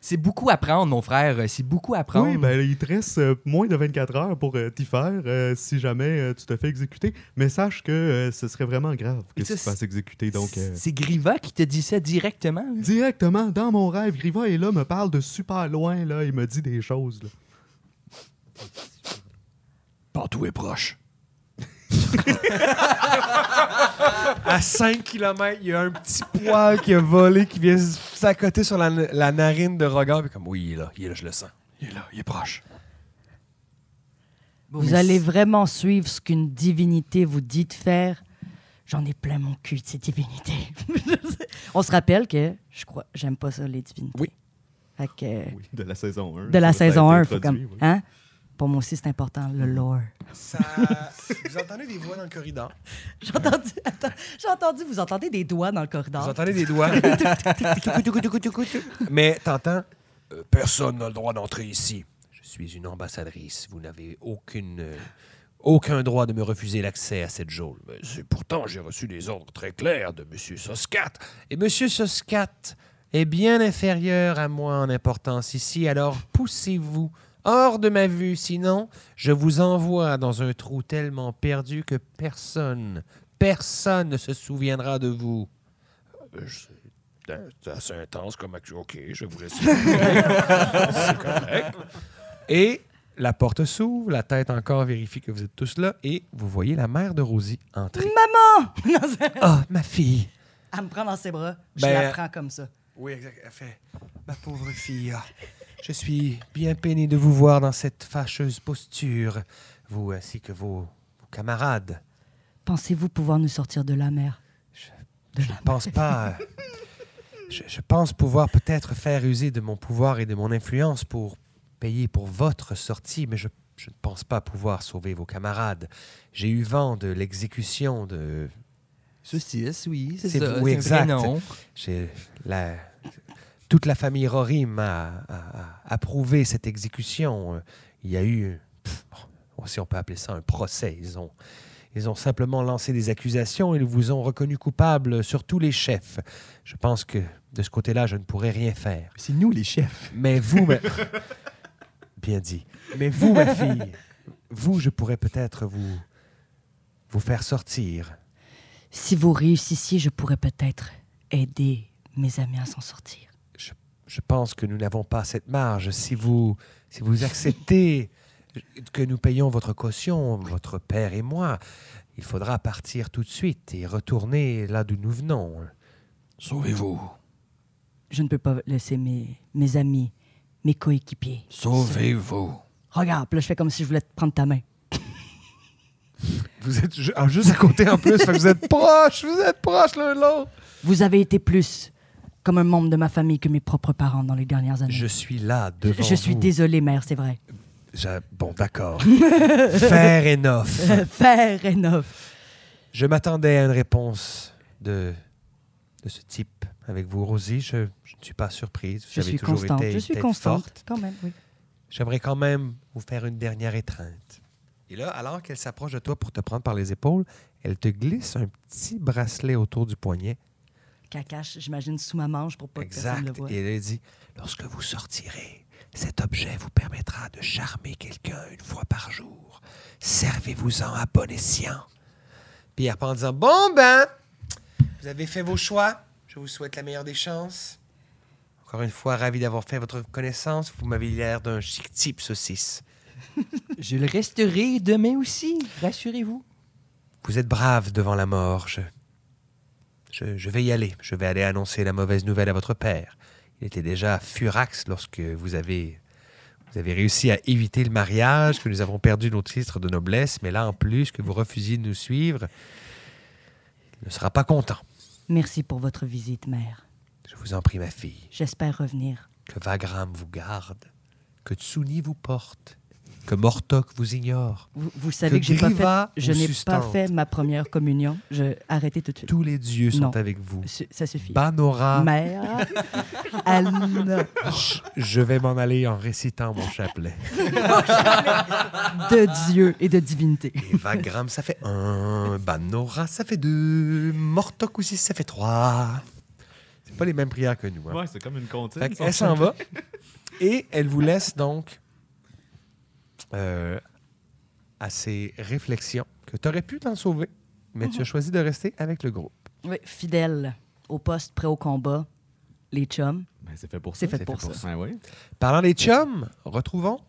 Speaker 7: c'est beaucoup à prendre, mon frère. euh, C'est beaucoup à prendre.
Speaker 6: Oui, ben, il te reste euh, moins de 24 heures pour euh, t'y faire euh, si jamais euh, tu te fais exécuter. Mais sache que euh, ce serait vraiment grave que
Speaker 7: Et
Speaker 6: tu
Speaker 7: ça,
Speaker 6: te fasses
Speaker 7: c'est-
Speaker 6: exécuter. Donc, euh,
Speaker 7: C'est Griva qui te dit ça directement. là?
Speaker 6: directement dans mon rêve, Griva est là, me parle de super loin, là, il me dit des choses. là.
Speaker 10: Partout est proche.
Speaker 1: À 5 km, il y a un petit poil qui a volé, qui vient s'accoter sur la, la narine de Rogar. Puis comme, oui, il est là, il est là, je le sens. Il est là, il est proche.
Speaker 5: Vous allez vraiment suivre ce qu'une divinité vous dit de faire. J'en ai plein mon cul de ces divinités. On se rappelle que je crois, j'aime pas ça, les divinités.
Speaker 1: Oui.
Speaker 5: Fait que, euh,
Speaker 6: De la saison 1.
Speaker 5: de la
Speaker 6: ça, ça a
Speaker 5: saison
Speaker 6: été
Speaker 5: 1, faut comme,
Speaker 6: introduit, oui.
Speaker 5: hein? Pour moi aussi, c'est important, le lore.
Speaker 1: Euh, vous entendez des voix dans le corridor.
Speaker 5: J'ai entendu, attends, j'ai entendu, vous entendez des doigts dans le corridor.
Speaker 1: Vous entendez des doigts. Mais t'entends
Speaker 9: Euh, personne n'a le droit d'entrer ici. Je suis une ambassadrice. Vous n'avez aucune, euh, aucun droit de me refuser l'accès à cette geôle. Mais c'est pourtant, j'ai reçu des ordres très clairs de M. Soscat.
Speaker 1: Et Monsieur Soscat est bien inférieur à moi en importance ici, alors poussez-vous hors de ma vue, sinon je vous envoie dans un trou tellement perdu que personne, personne ne se souviendra de vous.
Speaker 9: Euh, je- hein, C'est assez intense comme action. OK, je vais vous laisser. c'est correct.
Speaker 1: Et la porte s'ouvre, la tête encore vérifie que vous êtes tous là, et vous voyez la mère de Rosie entrer.
Speaker 5: Maman! Non, c'est-
Speaker 1: Ah, ma fille!
Speaker 5: Elle me prend dans ses bras, je
Speaker 1: Ben,
Speaker 5: la prends comme ça.
Speaker 1: Oui, exact. Elle fait Ma pauvre fille, ah, je suis bien peiné de vous voir dans cette fâcheuse posture, vous ainsi que vos, vos camarades.
Speaker 5: Pensez-vous pouvoir nous sortir de la mer?
Speaker 1: Je ne pense pas. euh, Je, je pense pouvoir peut-être faire user de mon pouvoir et de mon influence pour payer pour votre sortie, mais je, je ne pense pas pouvoir sauver vos camarades. J'ai eu vent de l'exécution de
Speaker 7: Saucisse, oui, c'est
Speaker 1: C'est-
Speaker 7: ça. c'est
Speaker 1: oui,
Speaker 7: un vrai
Speaker 1: exact.
Speaker 7: nom.
Speaker 1: J'ai la- Toute la famille Rorim a, a- a approuvé cette exécution. Euh, Il y a eu, pff, bon, si on peut appeler ça un procès, ils ont, Ils ont simplement lancé des accusations. Ils vous ont reconnu coupable sur tous les chefs. Je pense que de ce côté-là, je ne pourrais rien faire.
Speaker 7: C'est nous les chefs.
Speaker 1: Mais vous, ma- bien dit. Mais vous, ma fille, vous, je pourrais peut-être vous vous faire sortir.
Speaker 5: Si vous réussissiez, je pourrais peut-être aider mes amis à s'en sortir.
Speaker 1: Je pense que nous n'avons pas cette marge. Si vous si vous acceptez que nous payons votre caution, votre père et moi, il faudra partir tout de suite et retourner là d'où nous venons.
Speaker 13: Sauvez-vous.
Speaker 5: Je ne peux pas laisser mes, mes amis, mes coéquipiers.
Speaker 13: Sauvez-vous.
Speaker 5: Regarde, puis là, je fais comme si je voulais te prendre ta main.
Speaker 1: Vous êtes ju- ah, juste à côté en plus, fait que vous êtes proches, vous êtes proches l'un de l'autre.
Speaker 5: Vous avez été plus comme un membre de ma famille que mes propres parents dans les dernières années.
Speaker 1: Je suis là devant
Speaker 5: Je suis
Speaker 1: vous.
Speaker 5: désolée, mère, c'est vrai.
Speaker 1: Je- Bon, d'accord. Fair enough.
Speaker 5: Fair enough.
Speaker 1: Je m'attendais à une réponse de, de ce type avec vous, Rosie. Je, je ne suis pas surprise. Vous
Speaker 5: Je
Speaker 1: avez
Speaker 5: suis
Speaker 1: toujours
Speaker 5: constante.
Speaker 1: été
Speaker 5: Je suis
Speaker 1: tête
Speaker 5: constante.
Speaker 1: forte.
Speaker 5: Quand même, oui.
Speaker 1: J'aimerais quand même vous faire une dernière étreinte. Et là, alors qu'elle s'approche de toi pour te prendre par les épaules, elle te glisse un petit bracelet autour du poignet.
Speaker 5: Cacache, j'imagine, sous ma manche pour pas que personne le
Speaker 1: Exact.
Speaker 5: voie.
Speaker 1: Et elle dit Lorsque vous sortirez, cet objet vous permettra de charmer quelqu'un une fois par jour. Servez-vous-en à bon escient. Puis après, en disant Bon, ben, vous avez fait vos choix. Je vous souhaite la meilleure des chances. Encore une fois, ravi d'avoir fait votre connaissance. Vous m'avez l'air d'un chic type, saucisse.
Speaker 7: Je le resterai demain aussi, rassurez-vous.
Speaker 1: Vous êtes brave devant la mort. Je, je, je vais y aller. Je vais aller annoncer la mauvaise nouvelle à votre père. Il était déjà furax lorsque vous avez, vous avez réussi à éviter le mariage, que nous avons perdu nos titres de noblesse, mais là, en plus, que vous refusiez de nous suivre, il ne sera pas content.
Speaker 5: Merci pour votre visite, mère.
Speaker 1: Je vous en prie, ma fille,
Speaker 5: J'espère revenir.
Speaker 1: que Vagram vous garde, que Tsuni vous porte, que Mortok vous ignore.
Speaker 5: Vous, vous savez que, j'ai pas fait,
Speaker 1: Griva
Speaker 5: je
Speaker 1: vous
Speaker 5: n'ai pas
Speaker 1: sustente.
Speaker 5: fait ma première communion. Je arrêtez tout de suite.
Speaker 1: Tous les dieux sont
Speaker 5: Non.
Speaker 1: avec vous.
Speaker 5: Ce- Ça suffit.
Speaker 1: Banora.
Speaker 5: Mère, Anne,
Speaker 1: Je vais m'en aller en récitant mon chapelet.
Speaker 5: de Dieu et de divinité.
Speaker 1: Et Vagram, ça fait un. Banora, ça fait deux. Mortok aussi, ça fait trois. C'est pas les mêmes prières que nous. hein.
Speaker 3: Ouais, c'est comme une comptine.
Speaker 1: Fait que elle s'en va. Et elle vous laisse donc euh, à ces réflexions que tu aurais pu t'en sauver, mais tu as
Speaker 5: Mhm.
Speaker 1: choisi de rester avec le groupe.
Speaker 5: Oui, fidèle au poste, prêt au combat, les chums.
Speaker 3: Ben, c'est fait pour
Speaker 5: Ben, C'est fait pour ça.
Speaker 3: Ouais, ouais.
Speaker 1: Parlant des chums, retrouvons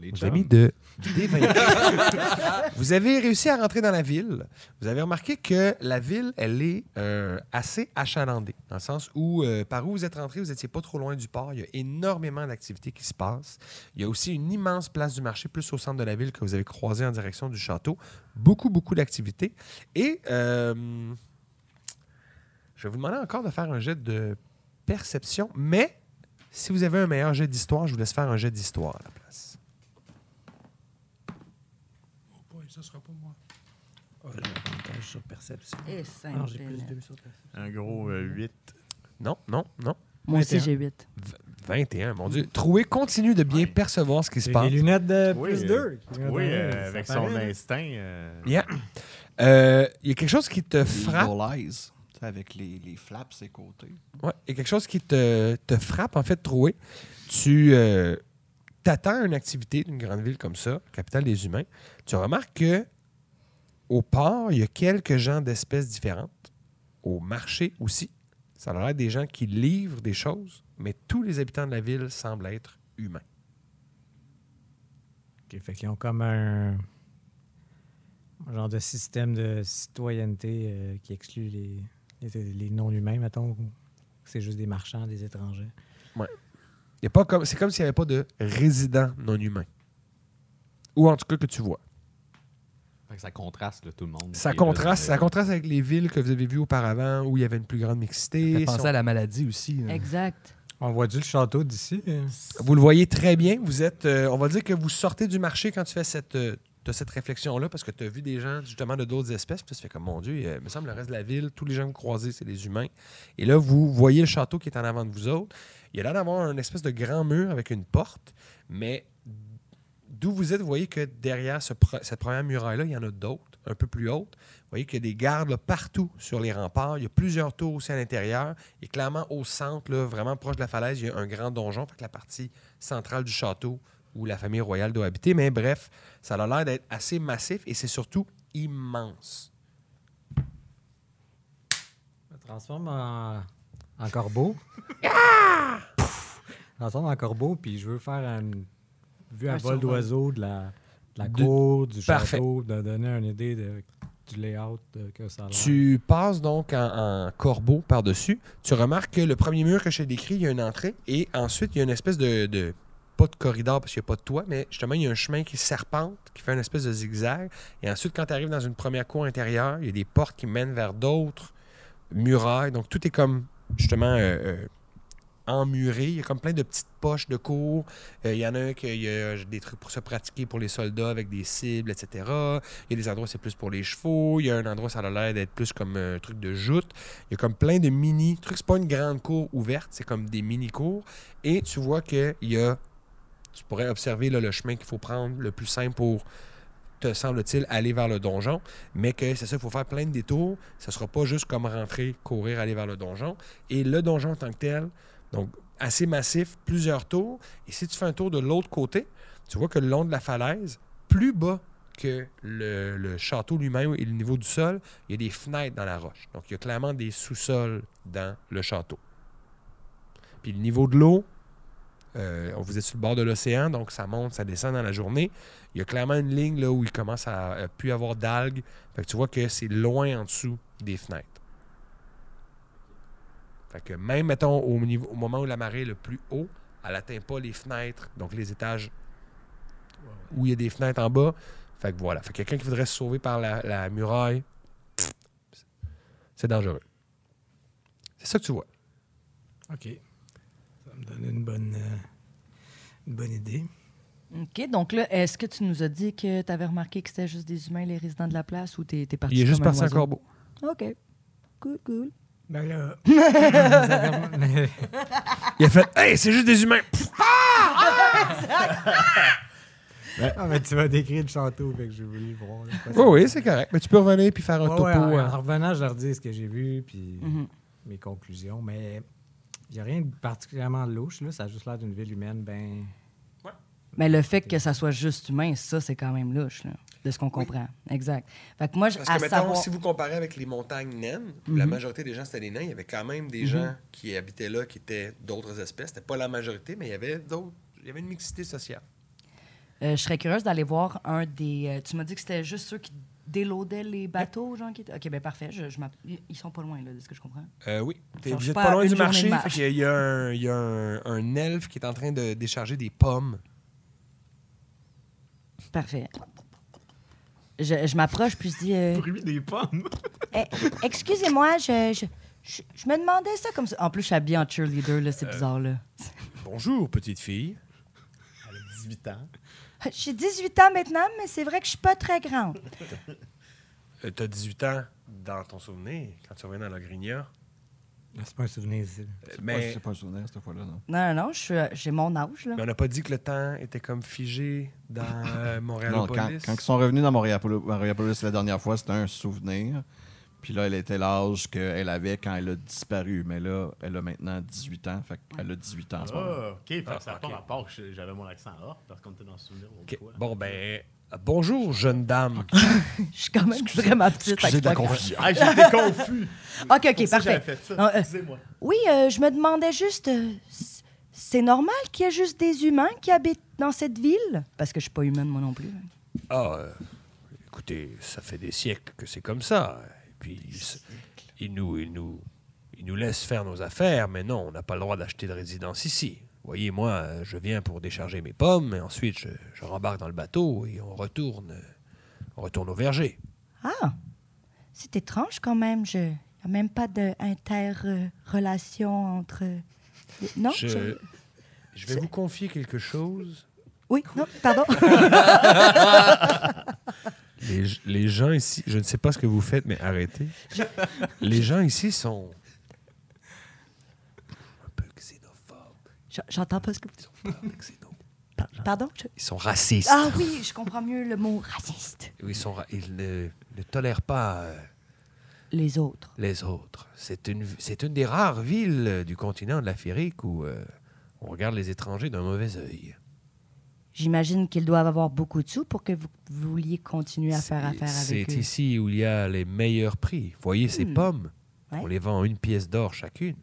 Speaker 1: les
Speaker 3: chums.
Speaker 1: amis de D24. vous avez réussi à rentrer dans la ville. Vous avez remarqué que la ville, elle est euh, assez achalandée, dans le sens où euh, par où vous êtes rentré, vous n'étiez pas trop loin du port. Il y a énormément d'activités qui se passent. Il y a aussi une immense place du marché, plus au centre de la ville, que vous avez croisée en direction du château. Beaucoup, beaucoup d'activités. Et euh, je vais vous demander encore de faire un jet de perception, mais si vous avez un meilleur jet d'histoire, je vous laisse faire un jet d'histoire à la place.
Speaker 14: ça sera pas moi.
Speaker 15: Oh,
Speaker 11: sur perception.
Speaker 5: Et
Speaker 11: Ah non, j'ai plus
Speaker 5: Sainte-Hélène.
Speaker 11: deux sur perception.
Speaker 10: Un gros euh, 8.
Speaker 1: Non, non, non.
Speaker 5: Moi aussi, j'ai 8.
Speaker 1: 21, mon Dieu. Troué continue de bien percevoir ce qui se passe.
Speaker 12: Les lunettes de
Speaker 10: Oui,
Speaker 12: plus
Speaker 10: euh,
Speaker 12: 2.
Speaker 10: Oui, euh, avec son instinct. euh,
Speaker 1: Yeah. Euh, Il y a quelque chose qui te
Speaker 4: Les
Speaker 1: frappe.
Speaker 4: Eagle Eyes, tu sais, avec les, les flaps ses côtés.
Speaker 1: Ouais, il y a quelque chose qui te, te frappe, en fait, Troué. Tu euh, t'attends à une activité d'une grande ville comme ça, capitale des humains. Tu remarques que au port, il y a quelques gens d'espèces différentes. Au marché aussi. Ça a l'air des gens qui livrent des choses, mais tous les habitants de la ville semblent être humains.
Speaker 12: Ok, fait qu'ils ont comme un, un genre de système de citoyenneté euh, qui exclut les, les, les non-humains, mettons. ou C'est juste des marchands, des étrangers.
Speaker 1: Il y a pas comme, c'est comme s'il n'y avait pas de résident non humain. Ou en tout cas que tu vois.
Speaker 3: Fait que ça contraste, là, tout le monde.
Speaker 1: Ça
Speaker 3: qui est là,
Speaker 1: contraste,
Speaker 3: c'est-
Speaker 7: euh,
Speaker 1: ça contraste avec les villes que vous avez vues auparavant où il y avait une plus grande mixité.
Speaker 7: Pensez
Speaker 1: Sont-
Speaker 7: à la maladie aussi. hein. là.
Speaker 5: Exact.
Speaker 12: On voit-tu le château d'ici? euh?
Speaker 1: Vous le voyez très bien. Vous êtes, euh, on va dire que vous sortez du marché quand tu fais cette, euh, t'as cette réflexion-là parce que tu as vu des gens justement de d'autres espèces. Puis tu fais comme mon Dieu, euh, il me semble le reste de la ville, tous les gens que vous croisez, c'est des humains. Et là, vous voyez le château qui est en avant de vous autres. Il y a l'air d'avoir une espèce de grand mur avec une porte, mais D'où vous êtes, vous voyez que derrière ce pre- cette première muraille-là, il y en a d'autres, un peu plus hautes. Vous voyez qu'il y a des gardes là, partout sur les remparts. Il y a plusieurs tours aussi à l'intérieur. Et clairement, au centre, là, vraiment proche de la falaise, il y a un grand donjon, fait que la partie centrale du château où la famille royale doit habiter. Mais bref, ça a l'air d'être assez massif et c'est surtout immense.
Speaker 12: Je me transforme en, en corbeau.
Speaker 9: Ah!
Speaker 12: Pouf! Je me transforme en corbeau, puis je veux faire une vue à
Speaker 7: Un
Speaker 12: vol
Speaker 7: survol.
Speaker 12: d'oiseau de la, de la
Speaker 1: De-
Speaker 12: cour, du
Speaker 1: Parfait.
Speaker 12: château, de donner une idée de- du layout de- que ça a l'air.
Speaker 1: Tu passes donc en, en corbeau par-dessus. Tu remarques que le premier mur que je t'ai décrit, il y a une entrée et ensuite, il y a une espèce de. de- pas de corridor parce qu'il n'y a pas de toit, mais justement, il y a un chemin qui serpente, qui fait une espèce de zigzag. Et ensuite, quand tu arrives dans une première cour intérieure, il y a des portes qui mènent vers d'autres murailles. Donc, tout est comme, justement, euh, euh, emmuré. Il y a comme plein de petites poches de cours. Euh, il y en a un qui il y a des trucs pour se pratiquer pour les soldats avec des cibles, etc. Il y a des endroits, c'est plus pour les chevaux. Il y a un endroit, ça a l'air d'être plus comme euh, un truc de joute. Il y a comme plein de mini trucs. C'est pas une grande cour ouverte, c'est comme des mini cours. Et tu vois qu'il y a. Tu pourrais observer là, le chemin qu'il faut prendre le plus simple pour te semble-t-il, aller vers le donjon, mais que c'est ça, il faut faire plein de détours. Ce sera pas juste comme rentrer, courir, aller vers le donjon. Et le donjon en tant que tel, donc assez massif, plusieurs tours. Et si tu fais un tour de l'autre côté, tu vois que le long de la falaise, plus bas que le, le château lui-même et le niveau du sol, il y a des fenêtres dans la roche. Donc, il y a clairement des sous-sols dans le château. Puis le niveau de l'eau, euh, on vous est sur le bord de l'océan, donc ça monte, ça descend dans la journée. Il y a clairement une ligne là, où il commence à, à plus avoir d'algues. Fait que tu vois que c'est loin en dessous des fenêtres. Fait que même, mettons, au, niveau, au moment où la marée est le plus haut, elle n'atteint pas les fenêtres, donc les étages où il y a des fenêtres en bas. Fait que voilà. Fait que quelqu'un qui voudrait se sauver par la, la muraille, c'est dangereux. C'est ça que tu vois.
Speaker 12: OK. Ça me donne une bonne, euh, une bonne idée.
Speaker 5: OK, donc là, est-ce que tu nous as dit que tu avais remarqué que c'était juste des humains, les résidents de la place, ou t'es t'es parti
Speaker 1: Il est juste
Speaker 5: comme un
Speaker 1: parti en
Speaker 5: oiseau?
Speaker 1: corbeau.
Speaker 5: OK. Cool, cool.
Speaker 12: Ben là... vous avez rem- mais-
Speaker 1: Il a fait Hey, c'est juste des humains!
Speaker 12: Ah, mais tu m'as décrit le château, fait que j'ai voulu voir. là,
Speaker 1: Oui,
Speaker 12: pas ça.
Speaker 1: oui, c'est correct. Mais tu peux revenir puis faire un
Speaker 12: Ouais,
Speaker 1: topo.
Speaker 12: ouais, en,
Speaker 1: hein.
Speaker 12: en revenant, je leur dis ce que j'ai vu, puis
Speaker 5: Mhm.
Speaker 12: mes conclusions. Mais il n'y a rien de particulièrement louche, là. Ça a juste l'air d'une ville humaine, ben...
Speaker 5: Mais le fait que ça soit juste humain, ça, c'est quand même louche, là, de ce qu'on comprend. Exact. Fait que moi, je-
Speaker 1: Parce
Speaker 5: à
Speaker 1: que, mettons,
Speaker 5: savoir...
Speaker 1: si vous comparez avec les montagnes naines, où la
Speaker 5: Mhm.
Speaker 1: majorité des gens, c'était des nains. Il y avait quand même des
Speaker 5: Mhm.
Speaker 1: gens qui habitaient là, qui étaient d'autres espèces. C'était pas la majorité, mais il y avait d'autres. Il y avait une mixité sociale.
Speaker 5: Euh, je serais curieuse d'aller voir un des. euh, tu m'as dit que c'était juste ceux qui délaudaient les bateaux, genre qui étaient. Ok, ben parfait. Je, je m'app- ils ils sont pas loin, là, de ce que je comprends.
Speaker 1: Euh, oui. T'es-
Speaker 5: Ils sont
Speaker 1: Vous êtes
Speaker 5: pas
Speaker 1: pas
Speaker 5: à
Speaker 1: loin
Speaker 5: une
Speaker 1: du
Speaker 5: journée
Speaker 1: marché.
Speaker 5: de
Speaker 1: fait
Speaker 5: marche.
Speaker 1: qu'il y a- Il y a, un, il y a un- un elfe qui est en train de décharger des pommes.
Speaker 5: Parfait. Je, je m'approche puis je dis. euh,
Speaker 6: des pommes.
Speaker 5: Eh, Excusez-moi, je, je, je, je me demandais ça comme ça. En plus, je suis habillée en cheerleader, là,
Speaker 6: Euh.
Speaker 5: c'est bizarre, là.
Speaker 1: Bonjour, petite fille.
Speaker 6: Elle a 18 ans.
Speaker 5: J'ai 18 ans maintenant, mais c'est vrai que je suis pas très grande.
Speaker 1: Euh, T'as 18 ans dans ton souvenir, quand tu reviens dans la Grigna.
Speaker 12: C'est pas un souvenir, ici.
Speaker 1: Mais-
Speaker 4: C'est pas un souvenir cette fois-là, non?
Speaker 5: Non, non, non, je suis, euh, j'ai mon âge, là.
Speaker 1: Mais on n'a pas dit que le temps était comme figé dans euh,
Speaker 4: Non, quand,
Speaker 1: Montréal-Polis.
Speaker 4: quand ils sont revenus dans Montréal- Montréal-Polis la dernière fois, c'était un souvenir. Puis là, elle était l'âge qu'elle avait quand elle a disparu. Mais là, elle a maintenant 18 ans. Fait qu'elle a 18 ans en ce moment.
Speaker 6: Ah, ok, fait que ça n'a pas
Speaker 1: ok.
Speaker 6: rapport. que J'avais mon accent or parce qu'on était dans le souvenir. l'autre
Speaker 1: Ok.
Speaker 6: fois.
Speaker 1: Bon, ben, euh, bonjour, jeune dame.
Speaker 5: Je suis quand même vraiment petite. fait que
Speaker 1: excusez de la
Speaker 5: c'est pas grave.
Speaker 1: confusion.
Speaker 6: Ah, j'étais confus.
Speaker 5: OK,
Speaker 6: Pour
Speaker 5: OK,
Speaker 6: ça, j'avais
Speaker 5: parfait.
Speaker 6: fait ça.
Speaker 5: Non, euh,
Speaker 6: Excusez-moi.
Speaker 5: oui, euh, je me demandais juste, euh, c- c'est normal qu'il y ait juste des humains qui habitent dans cette ville? Parce que je suis pas humaine, moi non plus.
Speaker 1: Ah, euh, écoutez, ça fait des siècles que c'est comme ça. Et puis, ils, s- ils nous, ils, nous, ils nous laissent faire nos affaires, mais non, on n'a pas le droit d'acheter de résidence ici. Vous voyez, moi, euh, je viens pour décharger mes pommes, et ensuite, je, je rembarque dans le bateau et on retourne, euh, on retourne au verger.
Speaker 5: Ah, c'est étrange quand même. Je... Il n'y a même pas d'inter-relation entre... les- Non?
Speaker 1: je,
Speaker 5: je-
Speaker 1: je vais vous confier quelque chose.
Speaker 5: Oui, non, pardon.
Speaker 1: Les, les gens ici, je ne sais pas ce que vous faites, mais arrêtez. Les gens ici sont.
Speaker 5: J- J'entends pas ce que vous dites. Pardon? Je-
Speaker 9: Ils sont racistes.
Speaker 5: Ah oui, je comprends mieux le mot raciste.
Speaker 9: Ils, sont ra- ils ne, ne tolèrent pas euh,
Speaker 5: Les autres.
Speaker 9: les autres. C'est une, c'est une des rares villes euh, du continent de l'Afrique où euh, on regarde les étrangers d'un mauvais œil.
Speaker 5: J'imagine qu'ils doivent avoir beaucoup de sous pour que vous vous vouliez continuer à faire affaire
Speaker 9: C'est
Speaker 5: avec eux.
Speaker 9: ici où il y a les meilleurs prix. Voyez ces
Speaker 5: Hmm.
Speaker 9: pommes.
Speaker 5: Ouais.
Speaker 9: On les vend une pièce d'or chacune.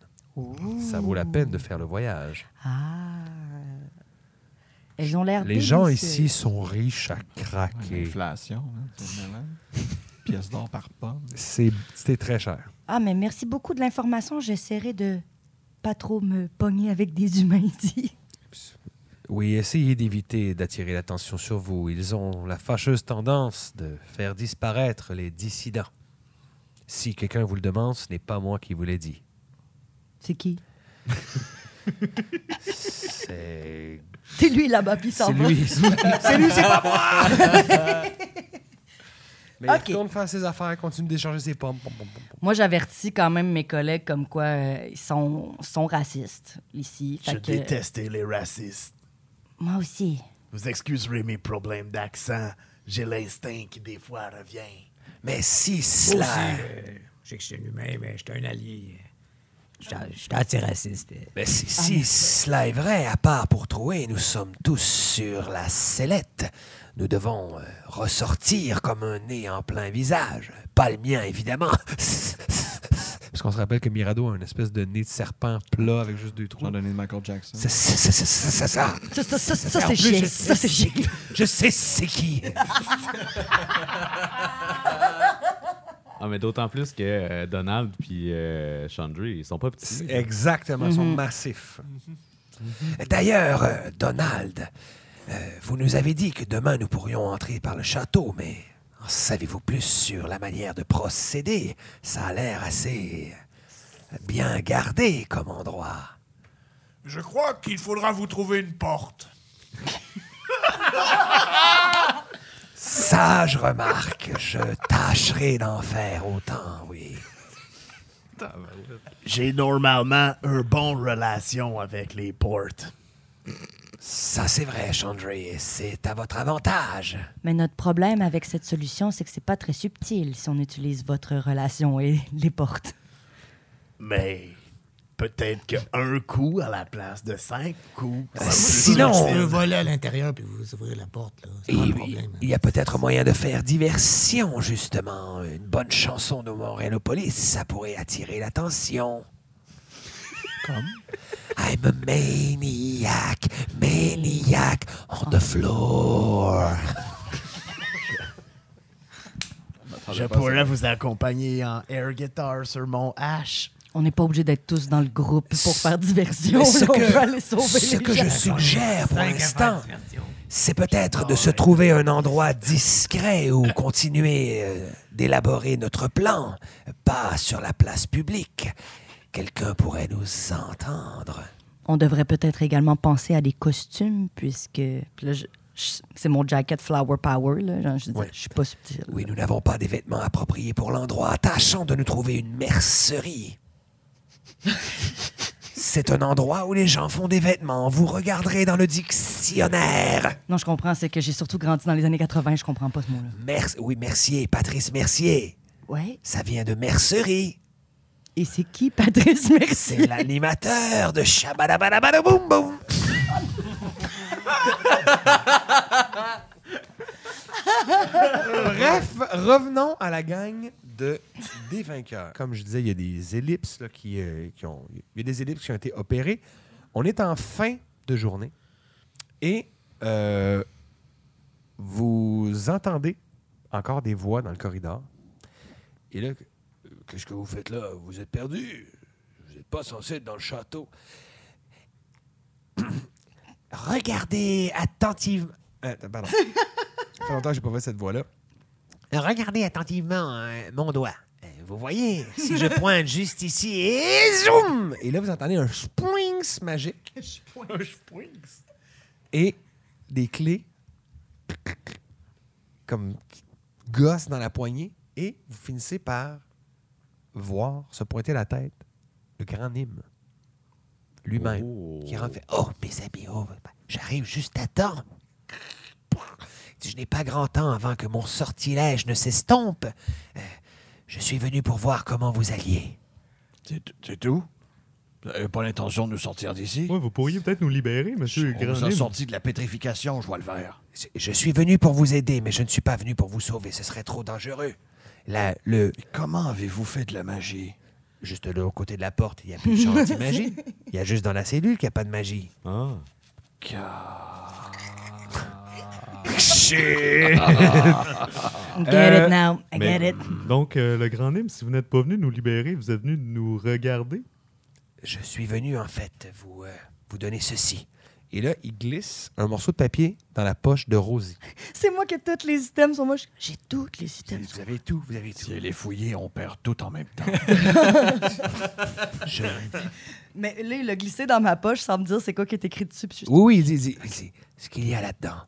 Speaker 9: Ça vaut la peine de faire le voyage.
Speaker 5: Ah. Elles ont l'air
Speaker 9: Les gens
Speaker 5: délicieuses.
Speaker 9: ici sont riches à craquer.
Speaker 4: L'inflation, hein, c'est violent. Pièce d'or par pomme.
Speaker 9: C'est c'est très cher.
Speaker 5: Ah, mais merci beaucoup de l'information. J'essaierai de pas trop me pogner avec des humains ici.
Speaker 9: Oui, essayez d'éviter d'attirer l'attention sur vous. Ils ont la fâcheuse tendance de faire disparaître les dissidents. Si quelqu'un vous le demande, ce n'est pas moi qui vous l'ai dit.
Speaker 5: C'est qui?
Speaker 9: C'est
Speaker 5: C'est lui là-bas, puis il s'en
Speaker 9: C'est
Speaker 5: va.
Speaker 9: lui.
Speaker 5: c'est lui, c'est pas moi!
Speaker 1: Mais il retourne faire ses affaires, continue d'échanger ses pommes. Pom, pom, pom.
Speaker 5: Moi, j'avertis quand même mes collègues comme quoi euh, ils sont, sont racistes ici. Fait
Speaker 10: Je
Speaker 5: que-
Speaker 10: détestais les racistes.
Speaker 5: Moi aussi.
Speaker 10: Vous excuserez mes problèmes d'accent. J'ai l'instinct qui, des fois, revient.
Speaker 9: Mais si
Speaker 10: cela-
Speaker 2: euh,
Speaker 12: Je sais que je suis un humain, mais je suis un allié. Je suis- Je suis antiraciste.
Speaker 9: Mais si, si cela est vrai, à part pour trouver, nous sommes tous sur la sellette. Nous devons euh, ressortir comme un nez en plein visage. Pas le mien, évidemment. Parce qu'on se rappelle que Mirado a une espèce de nez de serpent plat avec juste deux trous. J'en
Speaker 4: donné de Michael Jackson.
Speaker 9: Ça, ça, ça, ça, ça, ça,
Speaker 5: Ça,
Speaker 9: ça.
Speaker 5: ça, ça, ça,
Speaker 9: En
Speaker 5: c'est
Speaker 9: plus, je
Speaker 5: chic.
Speaker 9: sais
Speaker 5: Ça, c'est chic.
Speaker 9: qui. Je sais c'est qui.
Speaker 6: Ah, mais d'autant plus que euh, Donald puis euh, Chandry, ils sont pas petits.
Speaker 1: Exactement, ils sont massifs.
Speaker 9: D'ailleurs, euh, Donald, euh, vous nous avez dit que demain nous pourrions entrer par le château, mais en savez-vous plus sur la manière de procéder Ça a l'air assez bien gardé comme endroit.
Speaker 11: Je crois qu'il faudra vous trouver une porte.
Speaker 9: Sage remarque, je tâcherai d'en faire autant, oui.
Speaker 10: J'ai normalement un bon relation avec les portes.
Speaker 9: Ça, c'est vrai, Chandray, c'est à votre avantage.
Speaker 5: Mais notre problème avec cette solution, c'est que c'est pas très subtil si on utilise votre relation et les portes.
Speaker 10: Mais peut-être qu'un coup à la place de cinq coups.
Speaker 9: Ben, sinon- Eh
Speaker 10: c'est
Speaker 9: Un
Speaker 10: volet à
Speaker 12: l'intérieur, puis vous ouvrez la porte.
Speaker 9: Et Il y a peut-être moyen de faire diversion, justement. Une bonne chanson de Montréalopolis, ça pourrait attirer l'attention. Comme? I'm a maniac, maniac on the floor.
Speaker 10: Je pourrais vous accompagner en air guitar sur mon H.
Speaker 5: On n'est pas obligé d'être tous dans le groupe pour faire diversion.
Speaker 10: Mais ce
Speaker 5: là, on
Speaker 10: que-
Speaker 5: peut aller sauver
Speaker 9: ce
Speaker 5: les
Speaker 9: que
Speaker 5: gens.
Speaker 9: je suggère pour
Speaker 5: Cinq
Speaker 9: l'instant, c'est peut-être de se trouver un endroit discret où continuer euh, d'élaborer notre plan, pas sur la place publique. Quelqu'un pourrait nous entendre.
Speaker 5: On devrait peut-être également penser à des costumes, puisque puis là, je- je- c'est mon jacket Flower Power. Là, Genre, je, veux dire, je suis pas subtil.
Speaker 9: Oui, nous n'avons pas des vêtements appropriés pour l'endroit. Tâchons de nous trouver une mercerie. C'est un endroit où les gens font des vêtements. Vous regarderez dans le dictionnaire.
Speaker 5: Non, je comprends, c'est que j'ai surtout grandi dans les années 80, je comprends pas ce mot-là.
Speaker 9: Mer- oui, Mercier, Patrice Mercier.
Speaker 5: Ouais.
Speaker 9: Ça vient de mercerie.
Speaker 5: Et c'est qui, Patrice Mercier?
Speaker 9: C'est l'animateur de Shabadabadabadaboum Boum.
Speaker 1: Bref, revenons à la gang de des vainqueurs. Comme je disais, il y a des ellipses là, qui, euh, qui ont. Il y a des ellipses qui ont été opérées. On est en fin de journée et euh, vous entendez encore des voix dans le corridor.
Speaker 9: Et là, euh, qu'est-ce que vous faites là? Vous êtes perdu. Vous n'êtes pas censé être dans le château. Regardez attentivement.
Speaker 1: Euh, pardon. Ça fait longtemps que j'ai pas fait cette voix-là.
Speaker 9: Regardez attentivement euh, mon doigt. Euh, Vous voyez, si je pointe juste ici et zoom!
Speaker 1: Et là, vous entendez un spwings magique
Speaker 11: Un Springs.
Speaker 1: et des clés comme gosse dans la poignée et vous finissez par voir se pointer la tête
Speaker 9: Oh,
Speaker 1: le grand Nîmes lui-même qui rentre fait Oh, mes amis, oh,
Speaker 9: bah, J'arrive juste à temps. Il dit, Je n'ai pas grand temps avant que mon sortilège ne s'estompe. Euh, je suis venu pour voir comment vous alliez.
Speaker 15: C'est tout? Vous n'avez pas l'intention de nous sortir d'ici?
Speaker 6: Ouais, vous pourriez peut-être nous libérer, monsieur
Speaker 15: On vous a
Speaker 6: Granim.
Speaker 15: sorti de la pétrification, je vois le verre.
Speaker 9: Je suis venu pour vous aider, mais je ne suis pas venu pour vous sauver. Ce serait trop dangereux. Là, le...
Speaker 15: Comment avez-vous fait de la magie?
Speaker 9: Juste de l'autre côté de la porte, il n'y a plus de champ anti-magie. Il y a juste dans la cellule qu'il n'y a pas de magie.
Speaker 15: Ah. Shit!
Speaker 9: Ah.
Speaker 5: I get it now. I get it.
Speaker 6: Euh, Donc, euh, le grand Nîmes, si vous n'êtes pas venu nous libérer, vous êtes venu nous regarder.
Speaker 9: Je suis venu, en fait, vous, euh, vous donner ceci. Et là, il glisse un morceau de papier dans la poche de Rosie.
Speaker 5: C'est moi qui ai tous les items sur moi. Je- J'ai tous les items.
Speaker 9: Vous avez tout, vous avez tout.
Speaker 15: Si elle est fouillée, on perd tout en même temps.
Speaker 9: Je-
Speaker 5: Mais là, il a glissé dans ma poche sans me dire c'est quoi qui est écrit dessus. puis je-
Speaker 9: Oui, oui, il dit, il dit- il dit, ce qu'il y a là-dedans,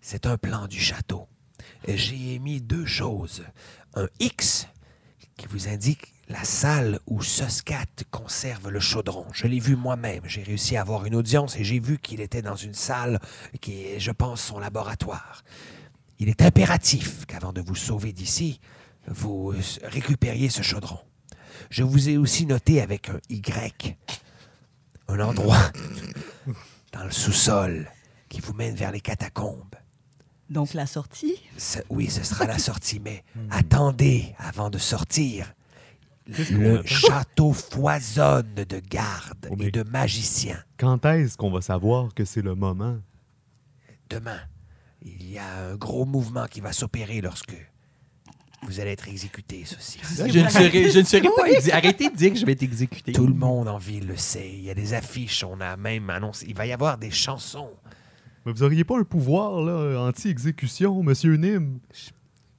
Speaker 9: c'est un plan du château. Et J'y ai mis deux choses. Un X qui vous indique la salle où Soscat conserve le chaudron. Je l'ai vu moi-même. J'ai réussi à avoir une audience et j'ai vu qu'il était dans une salle qui est, je pense, son laboratoire. Il est impératif qu'avant de vous sauver d'ici, vous euh, récupériez ce chaudron. Je vous ai aussi noté avec un Y un endroit dans le sous-sol qui vous mène vers les catacombes.
Speaker 5: Donc, la sortie.
Speaker 9: Ce- oui, ce sera la sortie, mais
Speaker 7: Hmm.
Speaker 9: attendez avant de sortir. Le château foisonne de gardes et de magiciens.
Speaker 6: Quand est-ce qu'on va savoir que c'est le moment?
Speaker 9: Demain, il y a un gros mouvement qui va s'opérer lorsque vous allez être exécuté, ceci.
Speaker 7: Je ne serai, je ne serai pas exé- Arrêtez de dire que je vais être exécuté.
Speaker 9: Tout le monde en ville le sait. Il y a des affiches, on a même annoncé. Il va y avoir des chansons.
Speaker 6: Mais vous auriez pas un pouvoir là, anti-exécution, monsieur
Speaker 7: Hum.
Speaker 6: Nîmes?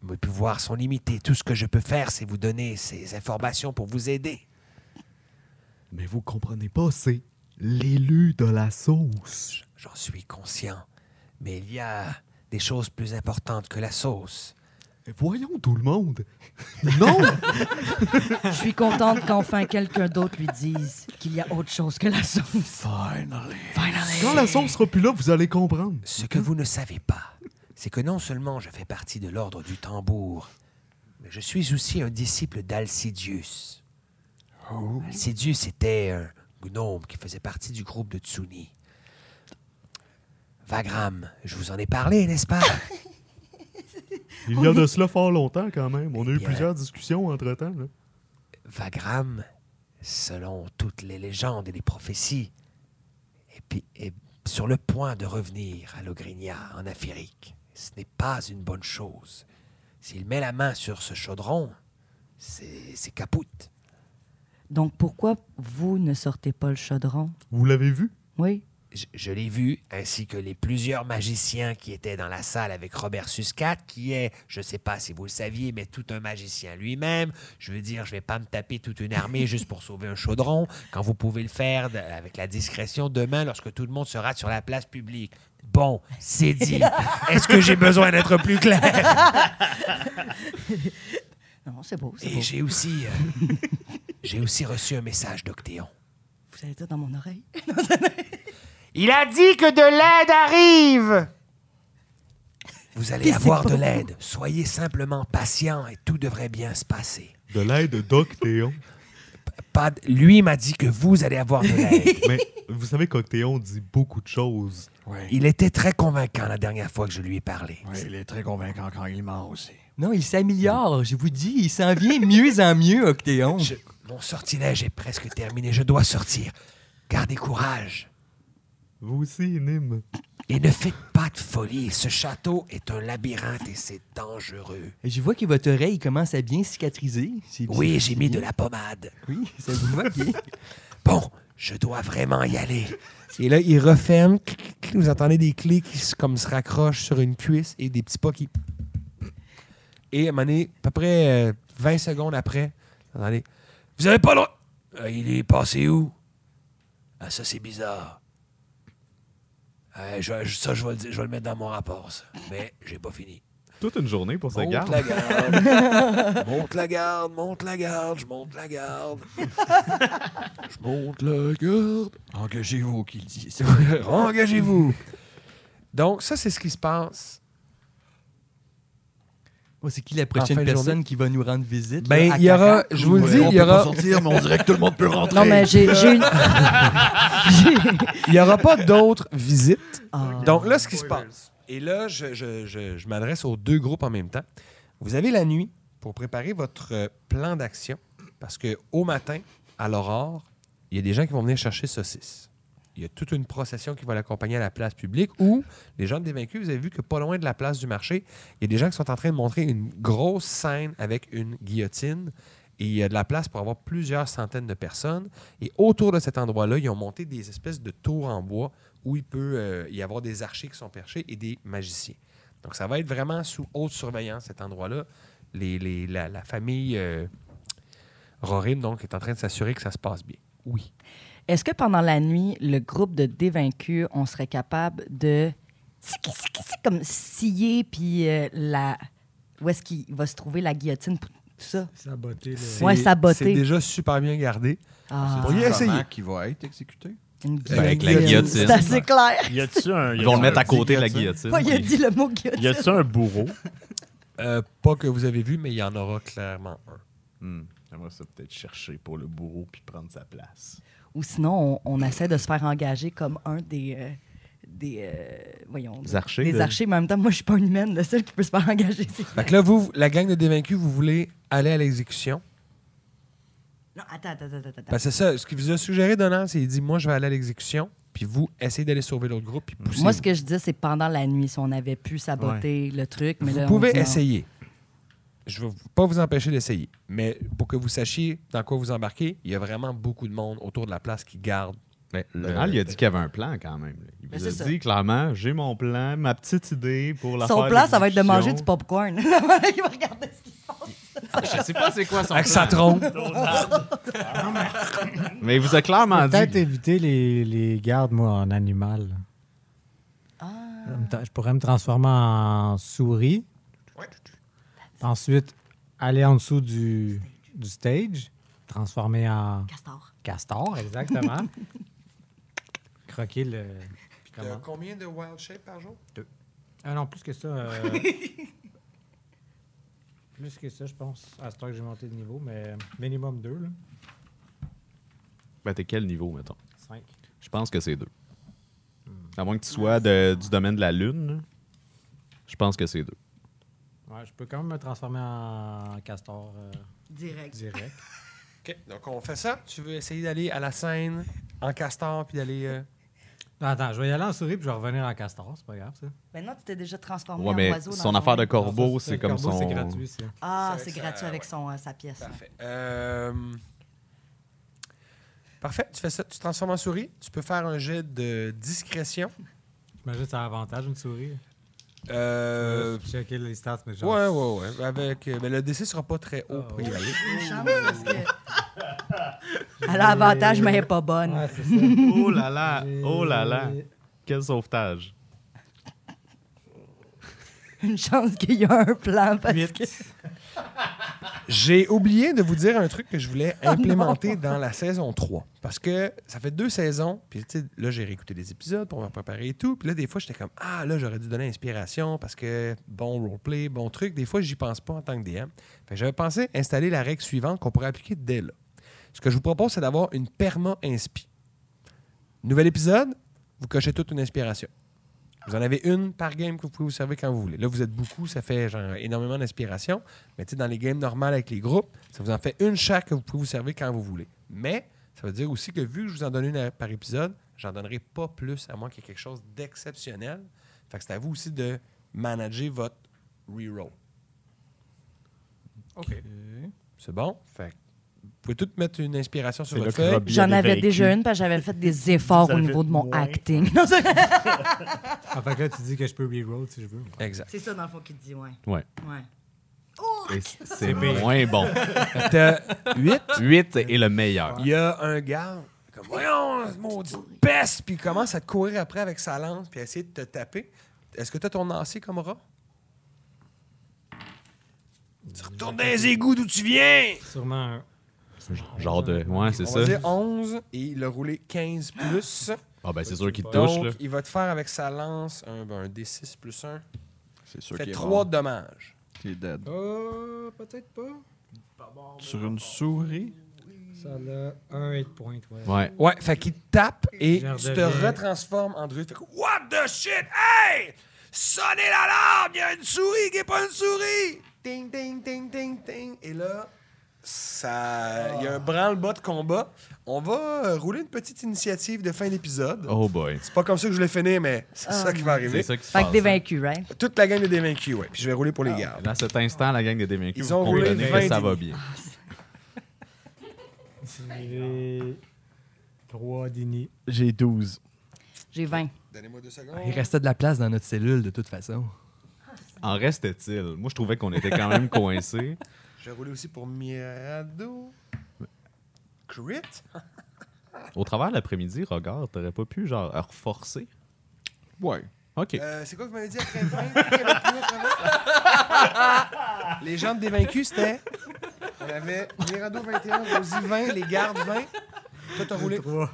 Speaker 9: Mes pouvoirs sont limités. Tout ce que je peux faire, c'est vous donner ces informations pour vous aider.
Speaker 6: Mais vous comprenez pas, c'est l'élu de la sauce.
Speaker 9: J'en suis conscient. Mais il y a des choses plus importantes que la sauce.
Speaker 6: Voyons tout le monde. non!
Speaker 5: Je suis contente qu'enfin quelqu'un d'autre lui dise qu'il y a autre chose que la sauce.
Speaker 15: Finally.
Speaker 6: Quand la sauce sera plus Ah, là, vous allez comprendre.
Speaker 9: Ce que vous ne savez pas, c'est que non seulement je fais partie de l'ordre du tambour, mais je suis aussi un disciple d'Alcidius.
Speaker 6: Oh.
Speaker 9: Alcidius était un gnome qui faisait partie du groupe de Tsuni. Vagram, je vous en ai parlé, n'est-ce pas?
Speaker 6: Il
Speaker 9: On
Speaker 6: y a de
Speaker 9: est- Eh
Speaker 6: cela fort longtemps quand même. On a eu
Speaker 9: bien.
Speaker 6: plusieurs discussions entre-temps. là.
Speaker 9: Vagram, selon toutes les légendes et les prophéties, est, pi- est sur le point de revenir à Logrinia, en Afrique. Ce n'est pas une bonne chose. S'il met la main sur ce chaudron, c'est c'est capoute.
Speaker 5: Donc, pourquoi vous ne sortez pas le chaudron?
Speaker 6: Vous l'avez vu?
Speaker 5: Oui.
Speaker 9: Je, je l'ai vu, ainsi que les plusieurs magiciens qui étaient dans la salle avec Robert Suscat, qui est, je ne sais pas si vous le saviez, mais tout un magicien lui-même. Je veux dire, je vais pas me taper toute une armée juste pour sauver un chaudron, quand vous pouvez le faire de- avec la discrétion demain, lorsque tout le monde sera sur la place publique. Bon, c'est dit. Est-ce que j'ai besoin d'être plus clair?
Speaker 5: Non, c'est beau. c'est
Speaker 9: Et
Speaker 5: beau.
Speaker 9: j'ai aussi, euh, j'ai aussi reçu un message d'Octéon.
Speaker 5: Vous allez dire dans mon oreille?
Speaker 9: Il a dit que de l'aide arrive. Vous allez
Speaker 5: Puis c'est
Speaker 9: avoir
Speaker 5: pas
Speaker 9: de
Speaker 5: vous.
Speaker 9: l'aide. Soyez simplement patient et tout devrait bien se passer.
Speaker 6: De l'aide d'Octéon.
Speaker 9: Pas d- lui m'a dit que vous allez avoir de l'aide.
Speaker 6: Mais vous savez qu'Octéon dit beaucoup de choses.
Speaker 9: Il était très convaincant la dernière fois que je lui ai parlé.
Speaker 15: Oui, il est très convaincant quand il ment aussi.
Speaker 7: Non, il s'améliore, je vous dis, il s'en vient mieux en mieux, Octéon.
Speaker 9: Mon sortilège est presque terminé. Je dois sortir. Gardez courage.
Speaker 6: Vous aussi, Nîmes.
Speaker 9: Et ne faites pas de folie. Ce château est un labyrinthe et c'est dangereux.
Speaker 7: Je vois que votre oreille commence à bien cicatriser. C'est-
Speaker 9: Oui,
Speaker 7: c'est
Speaker 9: j'ai mis
Speaker 7: bien.
Speaker 9: de la pommade.
Speaker 7: Oui, ça vous va bien.
Speaker 9: Bon, je dois vraiment y aller. Et là, il referme. Clic, clic, clic. Vous entendez des clés qui se- comme se raccrochent sur une cuisse et des petits pas qui. Et à un moment donné, à peu près euh, 20 secondes après, vous entendez, Vous avez pas le. droit- Ah, il est passé où? Ah, ça, c'est bizarre. Ah, je- je- ça, je vais, le, dire- je vais le mettre dans mon rapport, ça. Mais j'ai pas fini.
Speaker 6: Toute une journée pour ce
Speaker 9: Monte
Speaker 6: gars.
Speaker 9: la garde. monte la garde, monte la garde, je monte la garde.
Speaker 15: Je monte la garde. Engagez-vous, qu'il dit.
Speaker 1: Engagez-vous. Donc, ça, c'est ce qui se passe.
Speaker 7: Bon, c'est qui la prochaine
Speaker 1: fin de
Speaker 7: personne
Speaker 1: journée.
Speaker 7: qui va nous rendre visite?
Speaker 1: Ben,
Speaker 7: là, à
Speaker 1: il y aura,
Speaker 7: Carac,
Speaker 1: je
Speaker 7: ou,
Speaker 1: vous le
Speaker 7: euh,
Speaker 1: dis, il y aura.
Speaker 5: Non, mais j'ai j'ai une.
Speaker 1: Il n'y aura pas d'autres visites.
Speaker 5: Ah.
Speaker 1: Donc là, ce qui se passe, et là, je, je- je- je m'adresse aux deux groupes en même temps. Vous avez la nuit pour préparer votre euh, plan d'action parce que au matin, à l'aurore, il y a des gens qui vont venir chercher saucisses. Il y a toute une procession qui va l'accompagner à la place publique où les gens de Dévaincus, vous avez vu que pas loin de la place du marché, il y a des gens qui sont en train de montrer une grosse scène avec une guillotine. Et il y a de la place pour avoir plusieurs centaines de personnes. Et autour de cet endroit-là, ils ont monté des espèces de tours en bois où il peut euh, y avoir des archers qui sont perchés et des magiciens. Donc, ça va être vraiment sous haute surveillance, cet endroit-là. Les, les- la, la famille euh, Rorim, donc, est en train de s'assurer que ça se passe bien. Oui.
Speaker 5: Est-ce que pendant la nuit, le groupe de dévaincus, on serait capable de. Siki, siki, siki, Comme scier, puis euh, la. Où est-ce qu'il va se trouver la guillotine, p- tout ça?
Speaker 12: Saboter
Speaker 5: le- Ouais, saboter.
Speaker 1: C'est déjà super bien gardé.
Speaker 5: Ah.
Speaker 1: Vous
Speaker 5: C'est
Speaker 1: pourriez
Speaker 5: comment
Speaker 1: essayer.
Speaker 4: qui va être exécuté.
Speaker 5: Une
Speaker 6: Ben, avec la guillotine.
Speaker 5: C'est assez clair.
Speaker 6: Y a-tu un- Ils vont le mettre à côté de la guillotine.
Speaker 5: Ouais, il a dit le mot guillotine.
Speaker 6: bourreau?
Speaker 1: Euh, pas que vous avez vu, mais il y en aura clairement
Speaker 6: un. Hmm. J'aimerais ça peut-être chercher pour le bourreau puis prendre sa place.
Speaker 5: Ou sinon, on, on essaie de se faire engager comme un des. euh, des euh, voyons.
Speaker 1: Des archers,
Speaker 5: Des
Speaker 1: là.
Speaker 5: archers, mais en même temps, moi, je suis pas une humaine. Le seul qui peut se faire engager, c'est.
Speaker 1: Fait que là, vous, la gang de dévaincus, vous voulez aller à l'exécution.
Speaker 5: Non, attends, attends, attends. attends.
Speaker 1: Ben, c'est ça. Ce qu'il vous a suggéré, Donald, c'est il dit Moi, je vais aller à l'exécution, puis vous, essayez d'aller sauver l'autre groupe, puis poussez.
Speaker 5: Moi, ce que je dis, c'est pendant la nuit, si on avait pu saboter le truc. Mais
Speaker 1: vous
Speaker 5: là, on
Speaker 1: pouvez
Speaker 5: dit non.
Speaker 1: essayer. Je ne vais pas vous empêcher d'essayer. Mais pour que vous sachiez dans quoi vous embarquez, il y a vraiment beaucoup de monde autour de la place qui garde. le-
Speaker 6: Donald, il a dit qu'il y avait un plan quand même. là. Il
Speaker 5: Mais
Speaker 6: vous a
Speaker 5: c'est ça.
Speaker 6: dit clairement j'ai mon plan, ma petite idée pour la
Speaker 5: Son
Speaker 6: faire
Speaker 5: plan, ça va être de manger du
Speaker 6: d'exécution.
Speaker 5: popcorn. Il va regarder ce qui se passe.
Speaker 6: Je sais pas c'est quoi son
Speaker 1: Avec
Speaker 6: plan.
Speaker 1: sa trompe.
Speaker 6: Mais il vous a clairement
Speaker 12: Peut-être
Speaker 6: dit.
Speaker 12: éviter les, les gardes, moi, en animal. En même temps, Je pourrais me transformer en souris. Ensuite, aller en dessous du, du stage, transformer en...
Speaker 5: Castor.
Speaker 12: Castor, exactement. Croquer le... puis comment-
Speaker 1: combien de wild shape par jour
Speaker 12: Ah non, plus que ça. euh, plus que ça, je pense. À ce temps que j'ai monté de niveau, mais minimum deux, là.
Speaker 6: Ben, t'es quel niveau, mettons
Speaker 12: Cinq. Hmm.
Speaker 6: Je pense que c'est deux. À moins que tu sois de- du domaine de la Lune, là, je pense que c'est deux.
Speaker 12: Ouais, je peux quand même me transformer en castor. euh,
Speaker 5: Direct.
Speaker 12: Direct.
Speaker 1: OK. Donc, on fait ça. Tu veux essayer d'aller à la scène en castor, puis d'aller. euh,
Speaker 12: Non, attends, je vais y aller en souris puis je vais revenir en castor, c'est pas grave ça.
Speaker 5: Maintenant, tu t'es déjà transformé
Speaker 6: Ouais,
Speaker 5: en
Speaker 6: mais
Speaker 5: oiseau. dans
Speaker 6: son
Speaker 5: la
Speaker 6: affaire de
Speaker 5: journée.
Speaker 6: corbeau,
Speaker 12: Non, ça,
Speaker 6: c'est
Speaker 12: le
Speaker 6: comme
Speaker 12: corbeau,
Speaker 6: son.
Speaker 12: c'est gratuit, ça.
Speaker 5: Ah,
Speaker 1: C'est
Speaker 5: c'est
Speaker 1: avec
Speaker 5: gratuit
Speaker 1: sa-
Speaker 5: avec son, euh, sa pièce. hein.
Speaker 1: Parfait. Euh, Parfait. Tu fais ça. Tu te transformes en souris. Tu peux faire un jet de discrétion.
Speaker 12: J'imagine que Ben, ça a avantage une souris.
Speaker 1: Euh,
Speaker 12: Je vais checker les stats, mais genre. Ah,
Speaker 1: Ouais, ouais, ouais. Avec, euh, mais le DC sera pas très haut pour y aller.
Speaker 5: Une chance, parce que- Elle a avantage, mais elle est pas bonne.
Speaker 12: Ouais, c'est ça.
Speaker 6: Oh là là, oh là là. Quel sauvetage.
Speaker 5: Une chance qu'il y a un plan. Parce que...
Speaker 1: J'ai oublié de vous dire un truc que je voulais implémenter dans la saison 3. Parce que ça fait deux saisons, puis tu sais, là, j'ai réécouté les épisodes pour me préparer et tout. Puis là, des fois, j'étais comme Ah, là, j'aurais dû donner inspiration parce que bon roleplay, bon truc. Des fois, j'y pense pas en tant que DM. Fait que j'avais pensé installer la règle suivante qu'on pourrait appliquer dès là. Ce que je vous propose, c'est d'avoir une perma-inspi. Nouvel épisode, vous cochez toute une inspiration. Vous en avez une par game que vous pouvez vous servir quand vous voulez. Là, vous êtes beaucoup, ça fait genre énormément d'inspiration. Mais tu sais, dans les games normales avec les groupes, ça vous en fait une chaque que vous pouvez vous servir quand vous voulez. Mais ça veut dire aussi que vu que je vous en donne une à- par épisode, j'en donnerai pas plus, à moins qu'il y ait quelque chose d'exceptionnel. Fait que c'est à vous aussi de manager votre reroll.
Speaker 12: OK.
Speaker 1: C'est bon? Fait que vous pouvez tout mettre une inspiration sur
Speaker 6: C'est
Speaker 1: votre
Speaker 6: là que
Speaker 1: feuille.
Speaker 6: Robbie
Speaker 5: J'en avais déjà une parce que j'avais fait des efforts
Speaker 1: Vous
Speaker 5: au
Speaker 1: avez
Speaker 5: niveau
Speaker 1: fait
Speaker 5: de mon
Speaker 1: moins.
Speaker 5: acting. Non, c'est-
Speaker 12: Ah, fait que là, tu dis que je peux reroll si je veux.
Speaker 1: Exact.
Speaker 5: c'est ça, dans le fond, qu'il dit, ouais.
Speaker 6: Ouais.
Speaker 5: Ouais.
Speaker 6: Et
Speaker 12: C'est
Speaker 6: C'est
Speaker 12: pire.
Speaker 6: moins bon.
Speaker 1: T'as 8?
Speaker 6: 8 est le meilleur.
Speaker 1: Il y a un gars, comme voyons, ce maudit Ah, peste, puis il commence à te courir après avec sa lance, puis à essayer de te taper. Est-ce que tu as ton ancien comme rat?
Speaker 9: Retourne dans les égouts d'où tu viens!
Speaker 12: Sûrement un.
Speaker 6: Genre de. Ouais, c'est
Speaker 1: On
Speaker 6: ça.
Speaker 1: va dire 11 et il a roulé 15 plus.
Speaker 6: Ah, ben, c'est sûr qu'il te touche,
Speaker 1: Donc,
Speaker 6: là.
Speaker 1: il va te faire avec sa lance un, ben, un D6 plus 1.
Speaker 4: C'est sûr
Speaker 1: Fait
Speaker 4: qu'il est
Speaker 1: 3
Speaker 4: mort.
Speaker 1: dommages.
Speaker 4: T'es dead.
Speaker 12: Ah,
Speaker 1: Euh, peut-être pas.
Speaker 4: Sur une souris?
Speaker 12: Ça a un hit point, ouais.
Speaker 6: Ouais.
Speaker 1: Ouais, fait qu'il tape et
Speaker 12: Je
Speaker 1: tu te
Speaker 12: redeviens-
Speaker 1: retransformes en druide. Fait que, Ouah!
Speaker 9: What the shit? Hey! Sonnez l'alarme! Il y a une souris qui n'est pas une souris!
Speaker 1: Ding, ding, ding, ding, ding. Et là,
Speaker 5: Ah.
Speaker 1: ça. Il y a un branle-bas de combat. On va euh, rouler une petite initiative de fin d'épisode.
Speaker 6: Oh boy.
Speaker 1: C'est pas comme ça que je l'ai fini, mais c'est
Speaker 5: Ah.
Speaker 1: ça qui va arriver.
Speaker 6: C'est ça qui se
Speaker 5: Fait
Speaker 6: passe, hein.
Speaker 5: que des vaincus, right? Ah,
Speaker 1: Toute la gang de dévaincus, ouais. Puis je vais rouler pour les gardes.
Speaker 6: Dans cet instant, la gang des dévaincus,
Speaker 1: Ils
Speaker 6: vous
Speaker 1: ont roulé
Speaker 6: comprenez
Speaker 1: 20
Speaker 6: que ça
Speaker 1: et
Speaker 6: va
Speaker 1: demi.
Speaker 6: bien.
Speaker 12: J'ai 3 dénis.
Speaker 3: J'ai 12.
Speaker 5: J'ai 20.
Speaker 1: Donnez-moi deux secondes.
Speaker 7: Il restait de la place dans notre cellule, de toute façon.
Speaker 6: En restait-il? Moi, je trouvais qu'on était quand même coincés.
Speaker 1: Je vais rouler aussi pour Mirado. Crit?
Speaker 6: Au travers de l'après-midi, regarde, t'aurais pas pu, genre, reforcer?
Speaker 4: Ouais.
Speaker 6: OK.
Speaker 1: Euh, c'est quoi que vous m'avez dit après 20? Après 29, après 20? les gens de dévaincus, c'était. On avait Mirado 21, Rosie 20, les gardes 20. Toi, t'as roulé.
Speaker 4: Ouais,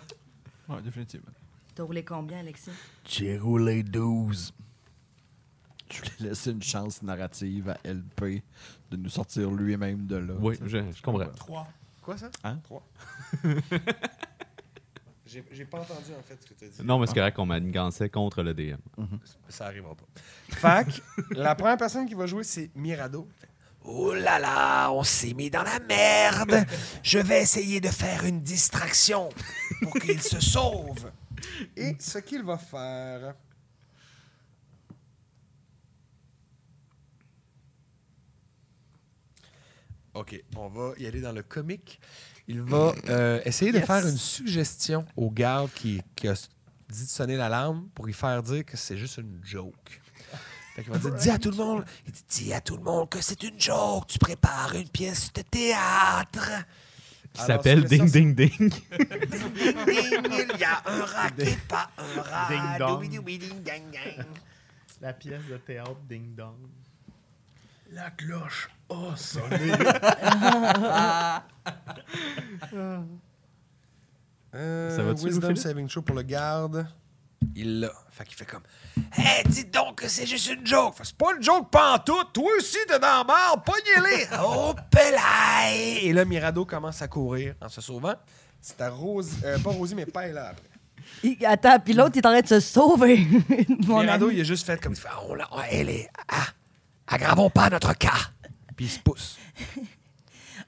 Speaker 4: définitivement.
Speaker 5: T'as roulé combien, Alexis?
Speaker 4: J'ai roulé 12. Je voulais laisser une chance narrative à LP de nous sortir lui-même de là.
Speaker 6: Oui,
Speaker 4: tu sais.
Speaker 6: je- je comprends.
Speaker 1: Trois. Quoi ça?
Speaker 4: Hein?
Speaker 1: 3. J'ai j'ai pas entendu en fait ce que tu as dit. Ah.
Speaker 6: Non, mais c'est correct qu'on manigançait contre le DM.
Speaker 1: Mhm. Ça arrivera pas. Fac, la première personne qui va jouer, c'est Mirado.
Speaker 9: Oh là là, on s'est mis dans la Ah, merde! Je vais essayer de faire une distraction pour qu'il se sauve.
Speaker 1: Et ce qu'il va faire. OK, on va y aller dans le comique. Il va euh, essayer de
Speaker 9: Yes.
Speaker 1: faire une suggestion au garde qui, qui a dit de sonner l'alarme pour lui faire dire que c'est juste une joke. Fait qu'il va dire,
Speaker 9: Dis à tout le monde, il dit, dis à tout le monde que c'est une joke. Tu prépares une pièce de théâtre.
Speaker 6: Qui
Speaker 9: Alors,
Speaker 6: s'appelle
Speaker 9: c'est
Speaker 6: Ding
Speaker 9: ça,
Speaker 6: Ding Ding.
Speaker 9: Ding, ding, il y a un rat qui est pas un rat.
Speaker 3: Ding dong.
Speaker 9: Doubi, doubi, ding, gang, gang.
Speaker 3: La pièce de théâtre Ding Dong.
Speaker 11: La cloche a sonné.
Speaker 1: Euh,
Speaker 9: Ça va-tu,
Speaker 1: Wisdom
Speaker 9: Louis-Philippe?
Speaker 1: Saving Show pour le garde. Il l'a. Fait qu'il fait comme.
Speaker 9: Hey, dis donc que c'est juste une joke. Fait, C'est pas une joke pantoute. Toi aussi, t'es dans la barre. Pognez-les. Oh, pelaille.
Speaker 1: Et là, Mirado commence à courir en se sauvant. C'est à Rosie. euh, pas Rosie, mais Paille là après.
Speaker 5: Il- attends, puis l'autre, il est en train de se sauver. Mon
Speaker 1: Mirado,
Speaker 5: ami.
Speaker 1: il a juste fait comme. il fait, Ah, on l'a- ah, elle est.
Speaker 9: Aggravons pas notre cas.
Speaker 1: Puis il se pousse.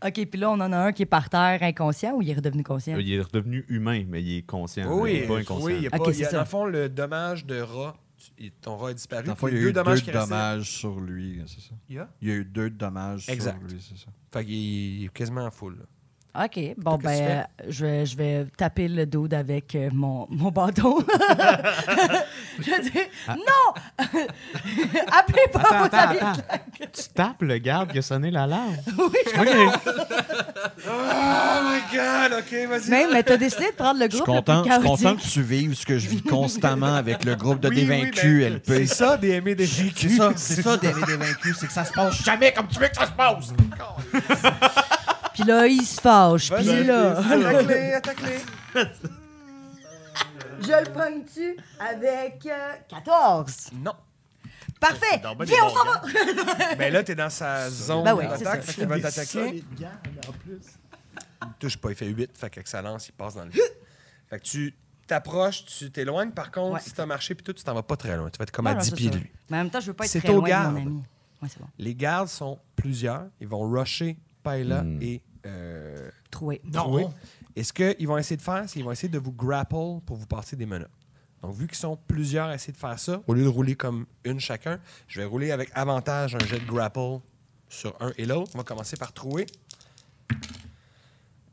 Speaker 5: OK, puis là, on en a un qui est par terre inconscient ou il est redevenu conscient?
Speaker 6: Il est redevenu humain, mais il est conscient. il
Speaker 1: Oui,
Speaker 6: est pas inconscient.
Speaker 1: oui, il y a pas.
Speaker 5: Ok,
Speaker 1: il y
Speaker 5: c'est
Speaker 1: a-
Speaker 5: ça.
Speaker 1: dans le fond, le dommage de rat, tu- ton rat a disparu.
Speaker 4: Dans le fond,
Speaker 1: puis
Speaker 4: il y a
Speaker 1: deux
Speaker 4: eu
Speaker 1: dommages qui
Speaker 4: deux
Speaker 1: restaient.
Speaker 4: dommages sur lui, c'est ça?
Speaker 1: Il y a?
Speaker 4: Il y a eu deux dommages
Speaker 1: Exact.
Speaker 4: sur lui, c'est ça.
Speaker 1: Fait qu'il est quasiment en full. là.
Speaker 5: OK, bon,
Speaker 1: Qu'est-ce que tu
Speaker 5: ben, euh, je, vais- je vais taper le dos avec euh, mon, mon bâton. je dis,
Speaker 6: Ah,
Speaker 5: non! Appelez pas
Speaker 6: Attends,
Speaker 5: vos
Speaker 6: attends,
Speaker 5: amis.
Speaker 6: attends. Tu tapes le garde qui a sonné l'alarme.
Speaker 5: Oui.
Speaker 1: Oh my god, ok, vas-y.
Speaker 5: Mais, mais t'as décidé de prendre le
Speaker 4: Je suis
Speaker 5: groupe le
Speaker 4: content,
Speaker 5: plus
Speaker 4: je suis
Speaker 5: chaotique.
Speaker 4: content que tu vives ce que je vis constamment avec le groupe de
Speaker 1: Oui,
Speaker 4: dévaincus,
Speaker 1: oui, ben,
Speaker 4: LP.
Speaker 1: C'est ça, des aimés des
Speaker 4: C'est ça, c'est ça, des dévaincus, c'est que ça se passe jamais comme tu veux que ça se passe.
Speaker 5: Puis là, il se fâche.
Speaker 1: Vas-y,
Speaker 5: Puis là...
Speaker 1: Attaque-les, attaque-les.
Speaker 5: Je le pogne-tu avec euh, 14?
Speaker 1: Non.
Speaker 5: Parfait!
Speaker 1: donc bien
Speaker 5: Viens,
Speaker 1: des
Speaker 5: on s'en
Speaker 1: bons
Speaker 5: va!
Speaker 1: Mais Ben là, t'es dans sa zone
Speaker 5: Ben oui, c'est
Speaker 1: d'attaque.
Speaker 5: ça.
Speaker 1: Fait qu'il va t'attaquer.
Speaker 3: Solide garde, en plus.
Speaker 1: Il touche pas, il fait 8. Fait qu'avec sa lance, il passe dans le. fait que tu t'approches, tu t'éloignes. Par contre,
Speaker 5: Ouais.
Speaker 1: si t'as marché, puis tout, tu t'en vas pas très loin. Tu vas être comme
Speaker 5: Non,
Speaker 1: à
Speaker 5: non,
Speaker 1: 10
Speaker 5: c'est
Speaker 1: pieds de
Speaker 5: ça.
Speaker 1: lui.
Speaker 5: Mais en même temps, je veux pas être
Speaker 1: C'est
Speaker 5: très
Speaker 1: au
Speaker 5: loin de
Speaker 1: garde.
Speaker 5: mon ami. Ouais, c'est bon.
Speaker 1: Les gardes sont plusieurs. Ils vont rusher Paila et. euh,
Speaker 5: Troué.
Speaker 1: Troué. Et ce qu'ils vont essayer de faire, c'est qu'ils vont essayer de vous grapple pour vous passer des menottes. Donc, vu qu'ils sont plusieurs à essayer de faire ça, au lieu de rouler comme une chacun, je vais rouler avec avantage un jet de grapple sur un et l'autre. On va commencer par Troué.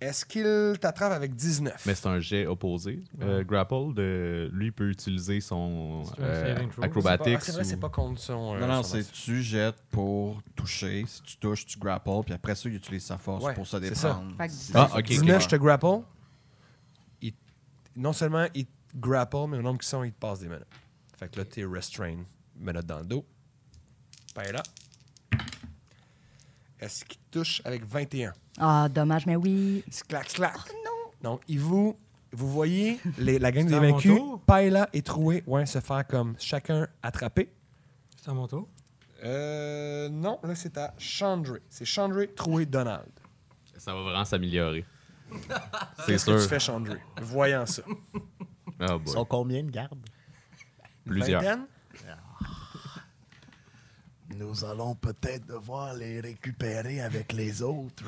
Speaker 1: Est-ce qu'il t'attrape avec 19?
Speaker 6: Mais c'est un jet opposé. Euh, grapple, de, lui peut utiliser son
Speaker 12: un
Speaker 6: euh,
Speaker 12: saving throw.
Speaker 1: C'est pas- ah,
Speaker 6: acrobatics.
Speaker 1: c'est vrai,
Speaker 6: ou-
Speaker 1: c'est pas contre son. euh,
Speaker 4: Non, non,
Speaker 1: son
Speaker 4: c'est
Speaker 1: attaque.
Speaker 4: tu jettes pour toucher. Si tu touches, tu grapples, puis après ça, il utilise sa force
Speaker 1: Ouais,
Speaker 4: pour se
Speaker 1: c'est ça.
Speaker 4: déprendre.
Speaker 5: Fait que
Speaker 4: C'est-
Speaker 6: Ah,
Speaker 4: c'est-
Speaker 6: ok,
Speaker 4: c'est-
Speaker 1: 19, je te grapple. Il- Non seulement il te grapple, mais au nombre qu'ils sont, il te passe des menottes. Fait que là, t'es restrained. Menottes dans le dos. Paella. Est-ce qu'il touche avec 21?
Speaker 5: Ah, dommage, mais oui.
Speaker 1: Clac, clac.
Speaker 5: Oh
Speaker 1: Donc, il vous, vous voyez les- la gang
Speaker 12: C'est
Speaker 1: des
Speaker 12: à mon
Speaker 1: vaincus,
Speaker 12: tour?
Speaker 1: Paella et Troué, ouais, se faire comme chacun attraper.
Speaker 12: C'est à mon tour.
Speaker 1: Euh, non, là, c'est à Chandray. C'est Chandray, Troué, Donald.
Speaker 6: Ça va vraiment s'améliorer. C'est
Speaker 1: Qu'est-ce
Speaker 6: sûr.
Speaker 1: que tu fais, Chandray? Voyant ça.
Speaker 6: Ah, boy.
Speaker 1: Ils
Speaker 3: sont combien de gardes?
Speaker 6: Plusieurs.
Speaker 1: Vingtaine?
Speaker 10: Nous allons peut-être devoir les récupérer avec les autres.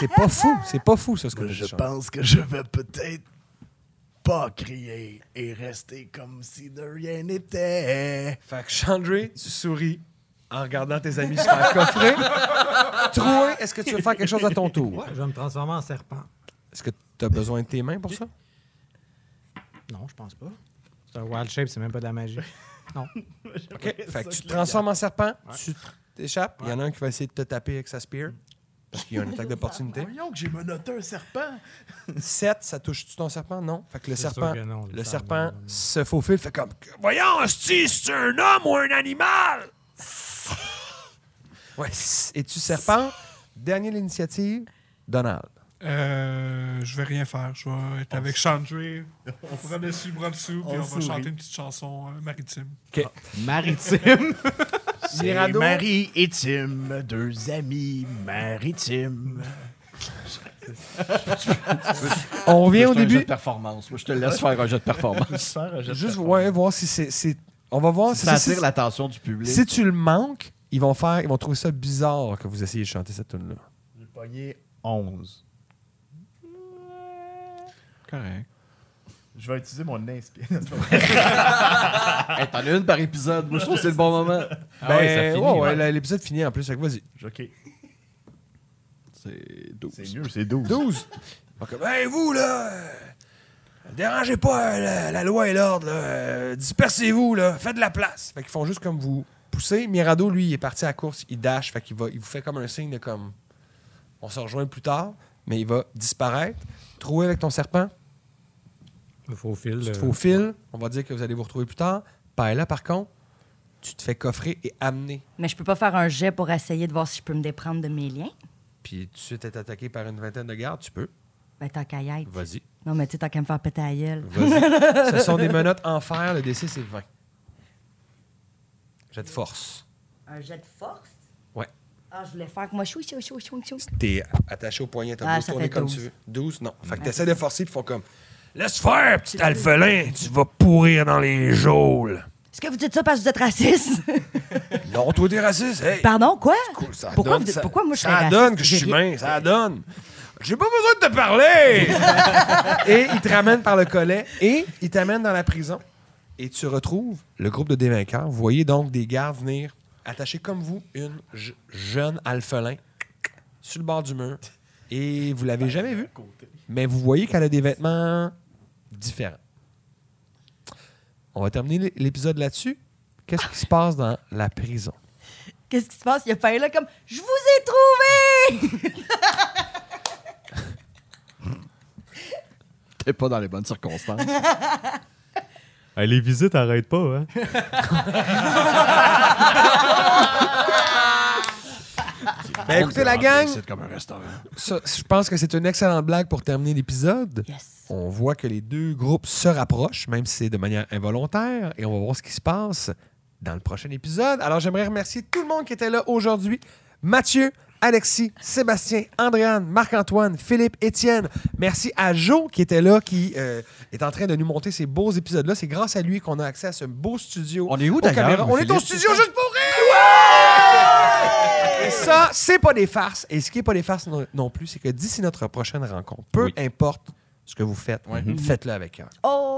Speaker 1: C'est pas fou, c'est pas fou, ça, ce que
Speaker 10: je
Speaker 1: dis,
Speaker 10: pense que je vais peut-être pas crier et rester comme si de rien n'était.
Speaker 1: Fait que Chandray, tu souris en regardant tes amis se faire coffrer. Troué, est-ce que tu veux faire quelque chose à ton tour?
Speaker 12: Ouais, je vais me transformer en serpent.
Speaker 1: Est-ce que tu as besoin de tes mains pour ça?
Speaker 12: Non, je pense pas. C'est un wild shape, c'est même pas de la magie. Non.
Speaker 1: OK. Fait que tu te transformes en serpent, tu t'échappes. Il y en a un qui va essayer de te taper avec sa spear. Parce qu'il y a une attaque d'opportunité.
Speaker 10: Voyons que j'ai menotté un serpent.
Speaker 1: 7, ça touche-tu ton serpent? Non. Fait que le
Speaker 10: C'est sûr
Speaker 1: serpent,
Speaker 10: que non,
Speaker 1: le
Speaker 10: le
Speaker 1: serpent se faufile, fait comme.
Speaker 11: Voyons, hostie, c'est un homme ou un animal?
Speaker 1: Ouais, et tu serpent? Dernière l'initiative, Donald.
Speaker 8: Euh, je vais rien faire. Je vais être avec Chandray. On prend dessus, bras dessous, puis
Speaker 1: on
Speaker 8: on, va
Speaker 1: sourit.
Speaker 8: chanter une petite chanson euh, maritime.
Speaker 11: Ah.
Speaker 1: OK.
Speaker 6: Maritime.
Speaker 10: C'est
Speaker 8: Mirado.
Speaker 10: Marie et Tim, deux amis maritimes.
Speaker 1: On revient au
Speaker 4: Moi, je fais un
Speaker 1: début.
Speaker 4: jeu de performance. Moi, je te laisse faire un jeu de performance.
Speaker 1: Juste ouais, voir si c'est. c'est- On va voir si
Speaker 4: Ça attire l'attention du public.
Speaker 1: Si tu le manques, ils vont faire, ils vont trouver ça bizarre que vous essayez de chanter cette tune là.
Speaker 3: J'ai pogné 11.
Speaker 1: Correct.
Speaker 3: Je vais utiliser mon inspire.
Speaker 4: Hey, T'en as une par épisode. Moi, je trouve que c'est le bon moment.
Speaker 1: Ben, ouais, ouais, là, l'épisode finit en plus, fait que vas-y.
Speaker 3: OK.
Speaker 4: C'est 12.
Speaker 3: C'est mieux, c'est 12.
Speaker 1: 12. Ok, ben, hey, vous, là, euh, dérangez pas euh, la, la loi et l'ordre, là. Euh, dispersez-vous, là, faites de la place. Fait qu'ils font juste comme vous poussez. Mirado, lui, il est parti à la course, il dash, fait qu'il va, il vous fait comme un signe de comme, on se rejoint plus tard, mais il va disparaître. Troué avec ton serpent,
Speaker 12: Il faut au fil.
Speaker 1: tu te
Speaker 12: euh,
Speaker 1: faufiles, on va dire que vous allez vous retrouver plus tard. Paella, par contre, tu te fais coffrer et amener.
Speaker 5: Mais je peux pas faire un jet pour essayer de voir si je peux me déprendre de mes liens.
Speaker 1: Puis tout de suite être attaqué par une vingtaine de gardes, tu peux.
Speaker 5: Ben, tant qu'à y être.
Speaker 1: Vas-y.
Speaker 5: Non, mais tu sais, tant qu'à me faire péter la gueule.
Speaker 1: Vas-y. Ce sont des menottes en fer. Le DC, c'est 20. J'ai de force.
Speaker 5: Un jet de force?
Speaker 1: Ouais.
Speaker 5: Ah, je voulais faire que moi, chou, chou, chou, chou, chou.
Speaker 1: T'es attaché au poignet. T'as
Speaker 5: Ah,
Speaker 1: beau
Speaker 5: ça
Speaker 1: tourner
Speaker 5: fait Ah,
Speaker 1: comme
Speaker 5: 12.
Speaker 1: tu veux. 12, non. Fait que
Speaker 5: Ouais.
Speaker 1: t'essaies de forcer, puis ils font comme...
Speaker 11: Laisse faire, petit alphelin, tu vas pourrir dans les geôles.
Speaker 5: Est-ce que vous dites ça parce que vous êtes raciste?
Speaker 1: Non, toi, t'es raciste, hey!
Speaker 5: Pardon, quoi?
Speaker 1: Ça
Speaker 5: pourquoi,
Speaker 1: donne-
Speaker 5: vous dites-
Speaker 1: ça-
Speaker 5: pourquoi moi je suis
Speaker 1: Ça
Speaker 5: raciste?
Speaker 1: donne que je
Speaker 5: J'ai
Speaker 1: suis
Speaker 5: rien-
Speaker 1: humain, ça donne. J'ai pas besoin de te parler! et il te ramène par le collet et il t'amène dans la prison. Et tu retrouves le groupe de délinquants. Vous voyez donc des gardes venir attacher comme vous une je- jeune alphelin sur le bord du mur. Et vous l'avez jamais vue, mais vous voyez qu'elle a des vêtements différents. On va terminer l'é- l'épisode là-dessus. Qu'est-ce qui se passe dans la prison?
Speaker 5: Qu'est-ce qui se passe? Il y a pas là comme Je vous ai trouvé!
Speaker 4: T'es pas dans les bonnes circonstances.
Speaker 6: les visites arrêtent pas, hein?
Speaker 1: Ben écoutez la gang,
Speaker 15: C'est comme un restaurant.
Speaker 1: ça, je pense que c'est une excellente blague pour terminer l'épisode. On voit que les deux groupes se rapprochent, même si c'est de manière involontaire, et on va voir ce qui se passe dans le prochain épisode. Alors j'aimerais remercier tout le monde qui était là aujourd'hui. Mathieu, Alexis, Sébastien, Andréane, Marc-Antoine, Philippe, Étienne. Merci à Jo qui était là, qui euh, est en train de nous monter ces beaux épisodes-là. C'est grâce à lui qu'on a accès à ce beau studio. On est où
Speaker 4: d'ailleurs,
Speaker 1: On est au
Speaker 4: Philippe?
Speaker 1: studio juste pour rire! Et ça, c'est pas des farces. Et ce qui est pas des farces non, non plus, c'est que d'ici notre prochaine rencontre, peu importe ce que vous faites, faites-le avec cœur.
Speaker 5: oh!